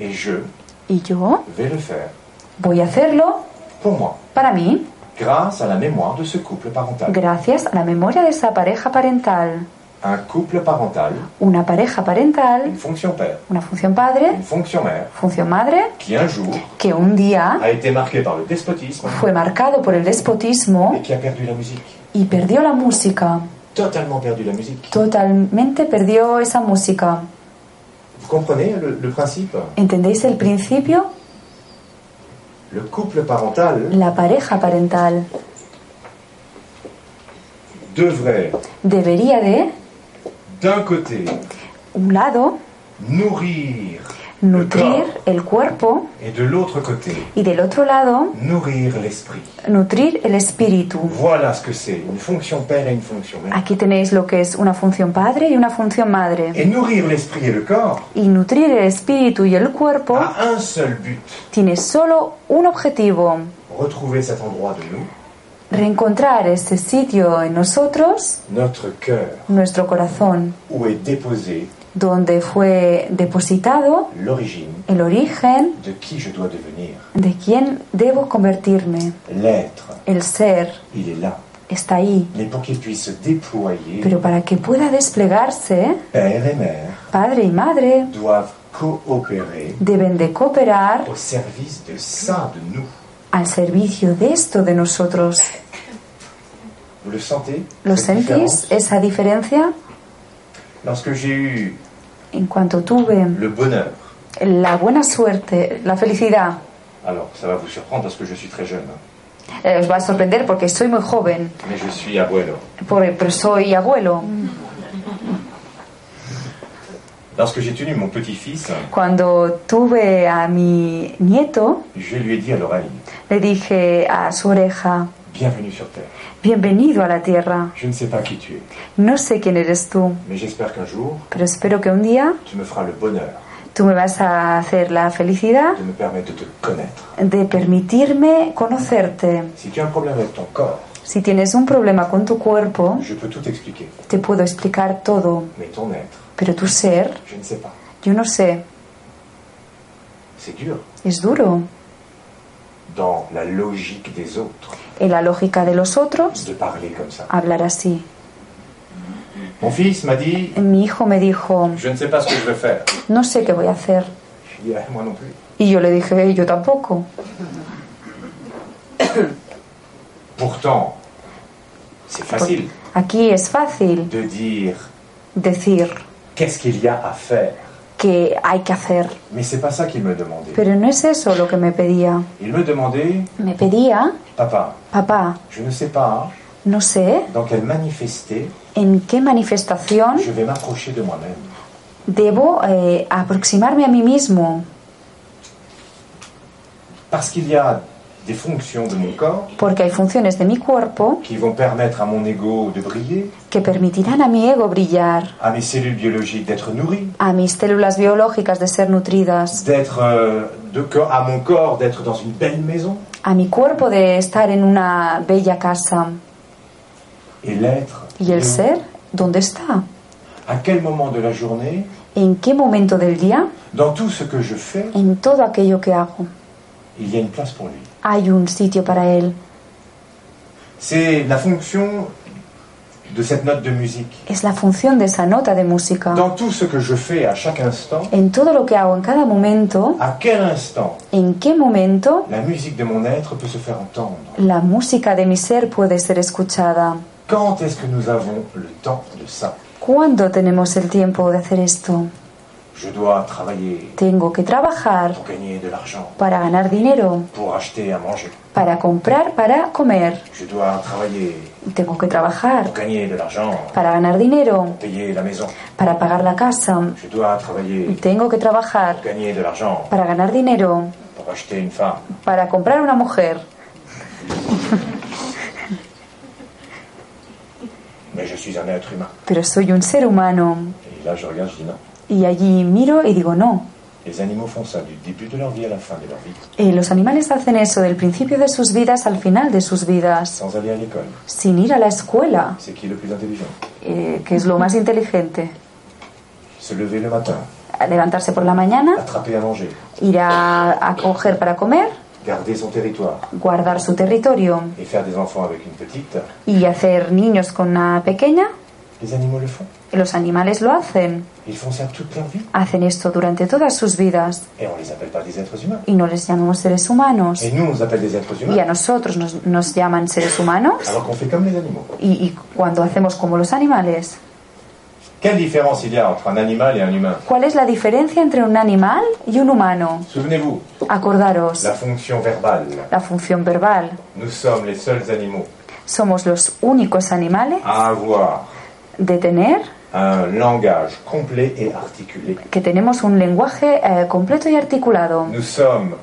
Et je Y yo vais le faire voy a hacerlo pour moi, para mí grâce à la mémoire de ce couple parental. gracias a la memoria de esa pareja parental. Un couple parental, Una pareja parental, une fonction père, una función padre, une fonction mère, función madre, qui un jour que un día a été marqué par le despotisme fue marcado por el et despotismo qui a perdu la musique. y perdió la música. Totalement perdu la musique. Totalmente perdió esa música. Vous comprenez le, le principe ¿Entendéis el principio? Le couple parental La pareja parental devrait, debería de, d'un côté, un lado, nourrir le nutrir corps el cuerpo et de l'autre côté, y del otro lado, nourrir l'esprit. nutrir el espíritu. Voilà ce que c'est, une fonction père et une fonction mère. Aquí tenéis lo que es una función padre y una función madre. Et nourrir l'esprit et le corps Y nutrir el espíritu y el cuerpo a un seul but, tiene solo un objetivo, retrouver cet endroit de nous, reencontrar ese sitio en nosotros, notre cœur, nuestro corazón, où est déposé donde fue depositado l'origine el origen de qui je dois devenir. de quién debo convertirme. L'être, El ser il est là. está ahí, Mais pour qu'il puisse se déployer, pero para que pueda desplegarse, père et mère padre y madre doivent coopérer deben de cooperar au service de ça, de nous. al servicio de esto de nosotros. Vous le sentez ¿Lo cette différence sentís esa diferencia? Lorsque j'ai eu En cuanto tuve le bonheur. la buena suerte, la felicidad, Alors, ça va vous surprendre parce que je suis très jeune, hein. eh, os va a sorprender porque soy muy joven, mais je suis abuelo. por- pero soy abuelo. Lorsque j'ai tenu mon petit-fils, Cuando tuve a mi nieto, je lui ai dit à l'oreille le dije a su oreja, Bienvenue sur Terre. bienvenido a la tierra. Je ne sais pas qui tu es, No sé quién eres tú, mais j'espère qu'un jour, pero espero que un día tu me feras le bonheur tú me vas a hacer la felicidad de me permettre de te connaître. de permitirme conocerte. Si tu as un problème avec ton corps, Si tienes un problema con tu cuerpo, je peux tout expliquer, te puedo explicar todo, mais ton être, pero tu ser, je ne sais pas. yo no sé, C'est dur es duro. dans la logique des autres En la lógica de los otros, de parler comme ça. hablar así. Mon fils m'a dit Mi hijo me dijo, Je ne sais pas ce que je vais faire. no sé qué voy a hacer. Je lui ai dit, Ah, Moi non plus. Y yo le dije, yo tampoco. Pourtant, c'est facile Aquí es fácil de dire decir qu'est-ce qu'il y a à faire. que hay que hacer, Mais c'est pas ça qu'il me demandait. pero no es eso lo que me pedía. Il me demandait Me pedía, Papa, papá, je ne sais pas no sé dans quel manifesté en qué manifestación je vais m'approcher de moi-même. debo eh, aproximarme a mí mismo, Parce qu'il y a des fonctions de mon corps porque hay funciones de mi cuerpo qui vont permettre à mon ego de briller, que permitirán a mi ego brillar, à mes cellules biologiques d'être nourries, a mis células biológicas de ser nutridas, d'être euh, de co- à mon corps d'être dans une belle maison. a mi cuerpo de estar en una bella casa. Et l'être. ¿Y el ser? ¿Dónde está? À quel moment de la journée, ¿En qué momento del día? dans tout ce que je fais, En todo aquello que hago. il y a une place pour lui. Hay un sitio para él. C'est la fonction de cette note de musique. Es la función de esa nota de música. Dans tout ce que je fais à chaque instant, En todo lo que hago, en cada momento, à quel instant en qué momento la musique de mon être peut se faire entendre la música de mi ser puede ser escuchada. Quand est-ce que nous avons le temps de ça ¿Cuándo tenemos el tiempo de hacer esto? Je dois travailler Tengo que trabajar pour gagner de l'argent, para ganar dinero, pour acheter à manger. para comprar, para comer. Je dois travailler Tengo que pour trabajar gagner de l'argent, para ganar dinero, payer la maison. para pagar la casa. Je dois travailler Tengo que trabajar pour gagner de l'argent, para ganar dinero, pour acheter une femme. para comprar una mujer. Mais je suis un être humain. Pero soy un ser humano. Et là, je regarde, je dis non. Y allí miro y digo, no, Les animaux font ça du début de leur vie à la fin de leur vie, Eh, los animales hacen eso del principio de sus vidas al final de sus vidas, sans aller à l'école. sin ir a la escuela, C'est qui le plus intelligent eh, que es lo más inteligente. Se lever le matin, A levantarse por la mañana, attraper à manger, ir a, a coger para comer, garder son territoire guardar su territorio et faire des enfants avec une petite. y hacer niños con una pequeña. Les animaux le font. Los animales lo hacen, Ils font ça toute leur vie hacen esto durante todas sus vidas et on les appelle pas des êtres humains. y no les llamamos seres humanos. Et nous, on les appelle des êtres Y humains a nosotros nos, nos llaman seres humanos alors qu'on fait comme les animaux. y, y cuando hacemos como los animales. Quelle différence il y a entre un animal et un humain ¿Cuál es la diferencia entre un animal y un humano? Souvenez-vous, Acordaros, la fonction verbale. la función verbal. Nous sommes les seuls animaux Somos los únicos animales à avoir de tener un langage complet et articulé. que tenemos un lenguaje eh, completo y articulado. Nous sommes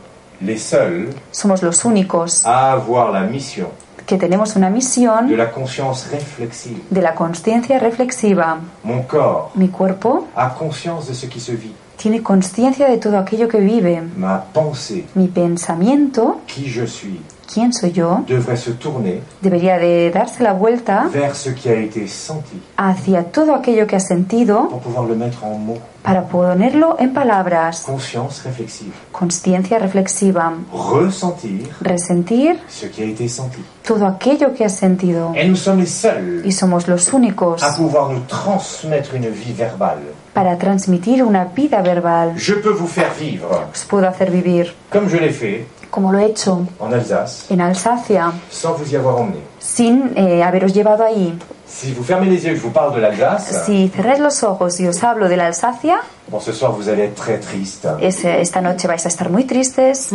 les seuls Somos los únicos à avoir la mission que tenemos una de misión la conscience réflexive. de la conciencia reflexiva. Mon corps Mi cuerpo a conscience de ce qui se vit. tiene conciencia de todo aquello que vive. Ma pensée, Mi pensamiento, qui je suis, quién soy yo, devrait se tourner debería de darse la vuelta vers ce qui a été senti hacia todo aquello que ha sentido pour pouvoir le mettre en mots. para ponerlo en palabras. Conscience réflexive. Conciencia reflexiva. Ressentir Resentir ce qui a été senti. todo aquello que has sentido. Et nous sommes les seuls Y somos los únicos à pouvoir nous transmettre une vie verbale. para transmitir una vida verbal. Je peux vous faire vivre, Os puedo hacer vivir, comme je l'ai fait como lo he hecho en Alsace, en Alsacia, sans vous y avoir emmené. sin eh, haberos llevado ahí. Si vous fermez les yeux et que je vous parle de l'Alsace, Si cerráis los ojos y os hablo de la Alsacia, bon, ce soir vous allez être très triste es- esta noche vais a estar muy tristes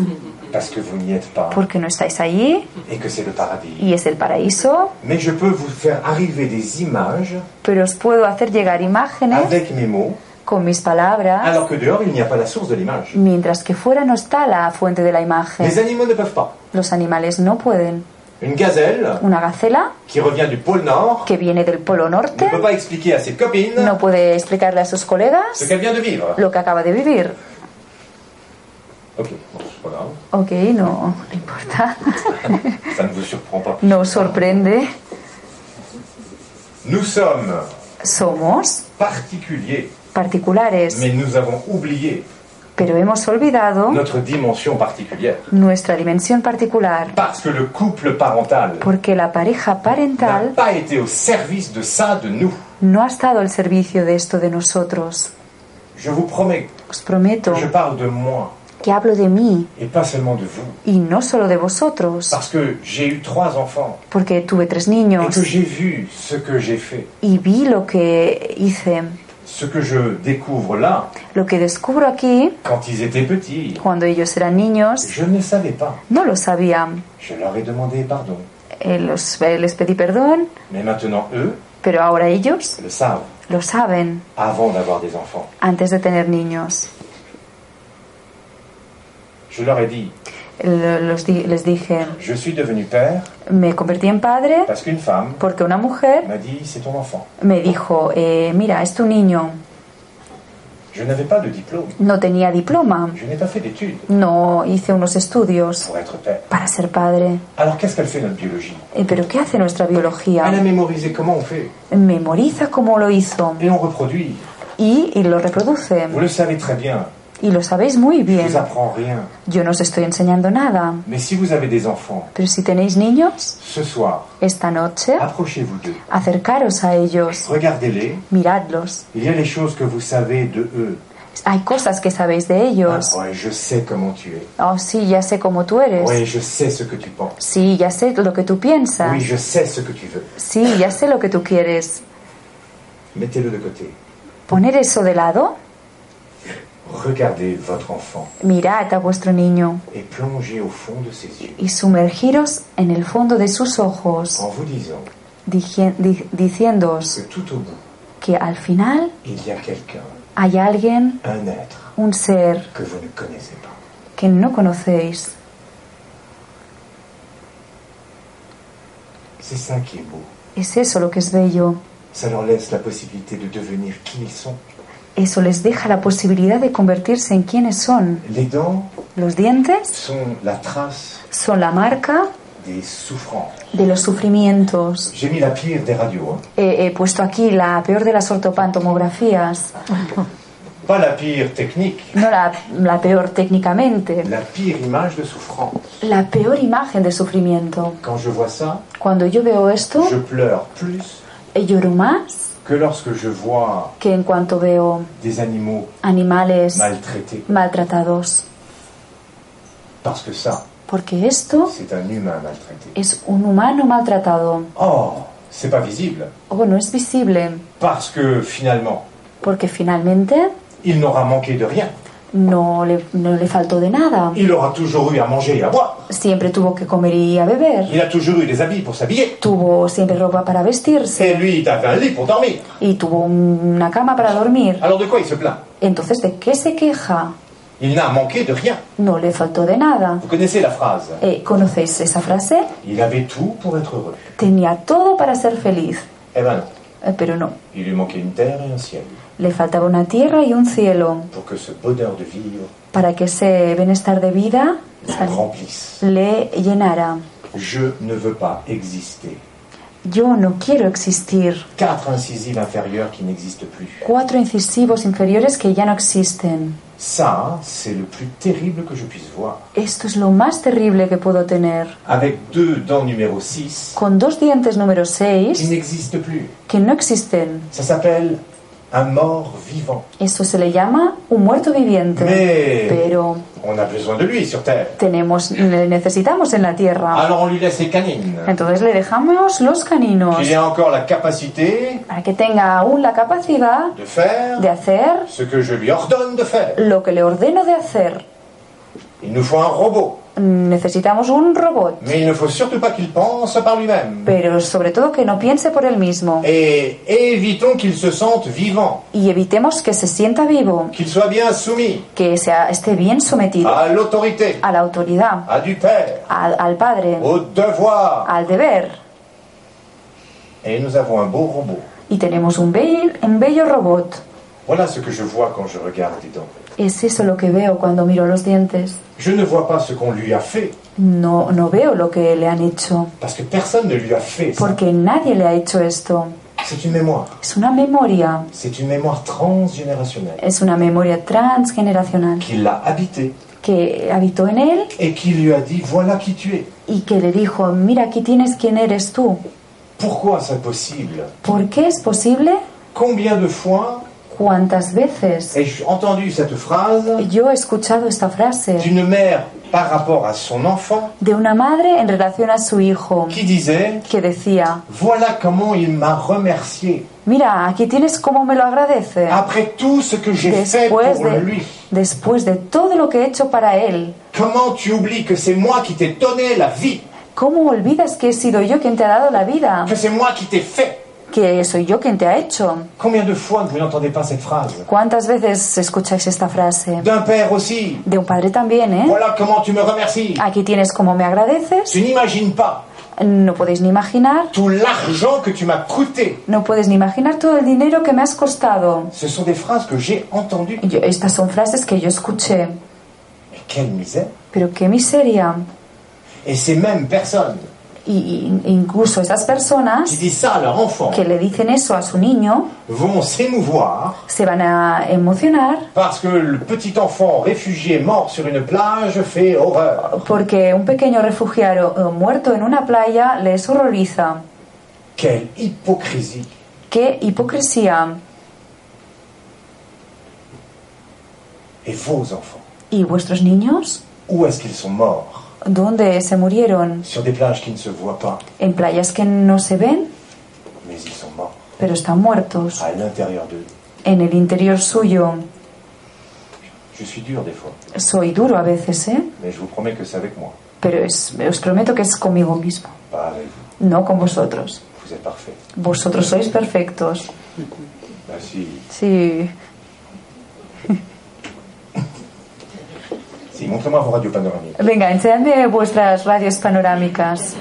parce que vous n'y êtes pas porque no estáis allí et que c'est le paradis. y es el paraíso, Mais je peux vous faire arriver des images pero os puedo hacer llegar imágenes avec mes mots, con mis palabras, alors que dehors il n'y a pas la source de l'image. mientras que fuera no está la fuente de la Les imagen. animaux ne peuvent pas. Los animales no pueden. Une gazelle Una gacela qui revient du pôle Nord que viene del Polo Norte ne peut pas expliquer à ses copines no puede explicarle a sus ce colegas qu'elle vient de vivre. lo que acaba de vivir. Ok, bon, c'est pas grave, Ok, no, no importa. ça ne vous surprend pas. No os sorprende. Nous sommes Somos particuliers, particulares, mais nous avons oublié pero hemos olvidado notre dimension particulière. nuestra dimensión particular, Parce que le couple parental porque la pareja n'a parental pas été au service de ça, de nous. no ha estado al servicio de esto de nosotros. Je vous promets Os prometo que je parle de moi que hablo de mí et pas seulement de vous. y no solo de vosotros, Parce que j'ai eu trois enfants porque tuve tres et que niños j'ai vu ce que j'ai fait. y vi lo que hice. Ce que je découvre là, Lo que descubro aquí, quand ils étaient petits, cuando ellos eran niños, je ne savais pas. no lo sabían. Je leur ai demandé pardon. Eh, los- eh, les pedí perdón, Mais maintenant, eux pero ahora ellos le savent lo saben avant d'avoir des enfants. antes de tener niños. Je leur ai dit, Eh, Lo- los di- les dije, je suis devenu père me convertí en padre parce qu'une femme porque una mujer m'a dit, c'est ton enfant. me dijo, eh, mira, es tu niño. Je n'avais pas de diplôme. No tenía diploma, Je n'ai pas fait d'études no hice unos estudios pour être père. para ser padre. Alors qu'est-ce qu'elle fait notre biologie Eh, pero ¿qué hace nuestra Elle a biología? mémorisé comment on fait Memoriza cómo lo hizo et on reproduit. y, y lo reproduce. Vous le savez très bien, Y lo sabéis muy je bien. vous apprends rien. Yo no os estoy enseñando nada. Mais si vous avez des enfants, Pero si tenéis niños, ce soir, esta noche, approchez-vous d'eux, acercaros a ellos, regardez-les. miradlos. Il y a les choses que vous savez de eux. Hay cosas que sabéis de Ah, ellos. ouais, je sais comment tu es. Oh, sí, ya sé cómo tú eres. Oui, je sais ce que tu penses. Sí, ya sé lo que tú piensas. Oui, je sais ce que tu veux. Sí, ya sé lo que tú quieres. Mettez-le de côté. Poner eso de lado, Regardez votre enfant mirad a vuestro niño et plongez au fond de ses yeux y sumergiros en el fondo de sus ojos, en vous disant digi- di- que diciéndoos tout au bout, que al final il y a quelqu'un, hay alguien, un être un ser que vous ne connaissez pas. que no conocéis. C'est ça qui est beau. Es eso lo que es bello. Ça leur laisse la possibilité de devenir qui ils sont. Eso les deja la posibilidad de convertirse en quienes son. Les dents Los dientes sont la trace son la marca des souffrances. de los sufrimientos. J'ai mis la pire des radios. hein. He, he puesto aquí la peor de las ortopantomografías. Pas la pire technique, No la, la peor técnicamente. la pire image de souffrance. La peor imagen de sufrimiento. Quand je vois ça, Cuando yo veo esto, je pleure plus lloro más que lorsque je vois que en cuanto veo des animaux animales maltraités. maltratados. Parce que ça, Porque esto c'est un humain maltraité. es un humano maltratado. Or, c'est pas visible. O no es visible. Parce que finalement, Porque finalmente il n'aura manqué de rien. no le, no le faltó de nada. Il aura toujours eu à manger et à boire. Siempre tuvo que comer y a beber. Il a toujours eu des habits pour s'habiller. Tuvo siempre ropa para vestirse. Et lui, il avait un lit pour dormir. Y tuvo una cama para dormir. Alors de quoi il se plaint Entonces, ¿de qué se queja? Il n'a manqué de rien. No le faltó de nada. Vous connaissez la phrase Eh, ¿Conocéis esa frase? Il avait tout pour être heureux. Tenía todo para ser feliz. Eh ben non. Eh, Pero no. Il lui manquait une terre et un ciel Le faltaba una tierra y un cielo pour que ce bonheur de vivre para que ese bienestar de vida le remplisse. le llenara. Je ne veux pas exister. Yo no quiero existir. Quatre incisives inférieures qui n'existent plus. Cuatro incisivos inferiores que ya no existen. Ça, c'est le plus terrible que je puisse voir. Esto es lo más terrible que puedo tener. Avec deux dents numéro 6 Con dos dientes número qui 6 n'existent plus. que no existen. Ça s'appelle un mort vivant. Esto se le llama un muerto viviente. Mais Pero On a besoin de lui sur Terre. Tenemos, le necesitamos en la Tierra. Alors on lui laisse les canines. Entonces le dejamos los caninos Qu'il ait encore la capacité para que tenga aún la capacidad de faire de hacer ce que je lui ordonne de faire. lo que le ordeno de hacer. Il nous faut un robot. Necesitamos un robot, Mais il ne faut surtout pas qu'il pense par lui-même. pero sobre todo que no piense por él mismo Eh. Et évitons qu'il se sente vivant, y evitemos que se sienta vivo, qu'il soit bien soumis que sea, esté bien sometido à l'autorité, a la autoridad, à du père, al, al padre, au devoir. al deber. Et nous avons un beau robot. Y tenemos un bello, un bello robot. Voilà ce que je vois quand je regarde les dents. Es eso lo que veo cuando miro los dientes. Je ne vois pas ce qu'on lui a fait, No, no veo lo que le han hecho, parce que personne ne lui a fait ça. porque nadie le ha hecho esto. C'est une mémoire. Es una memoria, C'est une mémoire transgénérationnelle es una memoria transgeneracional qui l'a habité que habitó en él et qui lui a dit voilà qui tu es. y que le dijo, mira, aquí tienes quién eres tú. Pourquoi c'est possible ¿Por qué es posible? Combien de fois ¿Cuántas veces ai-je entendu cette phrase yo he escuchado esta frase d'une mère par rapport à son enfant de una madre en relación a su hijo qui disait que decía, voilà comment il m'a remercié mira, aquí tienes cómo me lo agradece après tout ce que j'ai fait después pour de, lui. después de todo lo que he hecho para él. Comment tu oublies que c'est moi qui t'ai donné la vie, ¿Cómo olvidas que he sido yo quien te ha dado la vida? que c'est moi qui t'ai fait Que soy yo quien te ha hecho. Combien de fois vous n'entendez pas cette phrase ¿Cuántas veces escucháis esta frase? D'un père aussi. De un padre también, ¿eh? Voilà comment tu me remercies. Aquí tienes cómo me agradeces. Tu n'imagines pas No podéis ni imaginar. tout l'argent que tu m'as coûté. No puedes ni imaginar todo el dinero que me has costado. Ce sont des phrases que j'ai entendues. Yo- estas son frases que yo escuché. Mais quelle misère. Pero qué miseria. Et ces mêmes personnes Y, y- e incluso esas qui personas disent ça à leur enfant que le dicen eso a su niño vont s'émouvoir se van a emocionar parce que le petit enfant réfugié mort sur une plage fait horreur. porque un pequeño refugiado eh, muerto en una playa les horroriza. Quelle hypocrisie. ¡Qué hipocresía! Et vos enfants, ¿Y vuestros niños? où est-ce qu'ils sont morts ¿Dónde se murieron? Sur des plages qui ne se voient pas, En playas que no se ven, mais ils sont morts pero están muertos. à l'intérieur d'eux. En el interior suyo. Je suis dur des fois, Soy duro a veces, ¿eh? mais je vous promets que c'est avec moi, Pero es- os prometo que es conmigo mismo, pas avec vous. no con vosotros. Vous êtes parfaits. Vosotros sois perfectos. Bah, si, Sí. si montrez-moi vos radios panoramiques. Venga, enséñame vuestras radios panorámicas.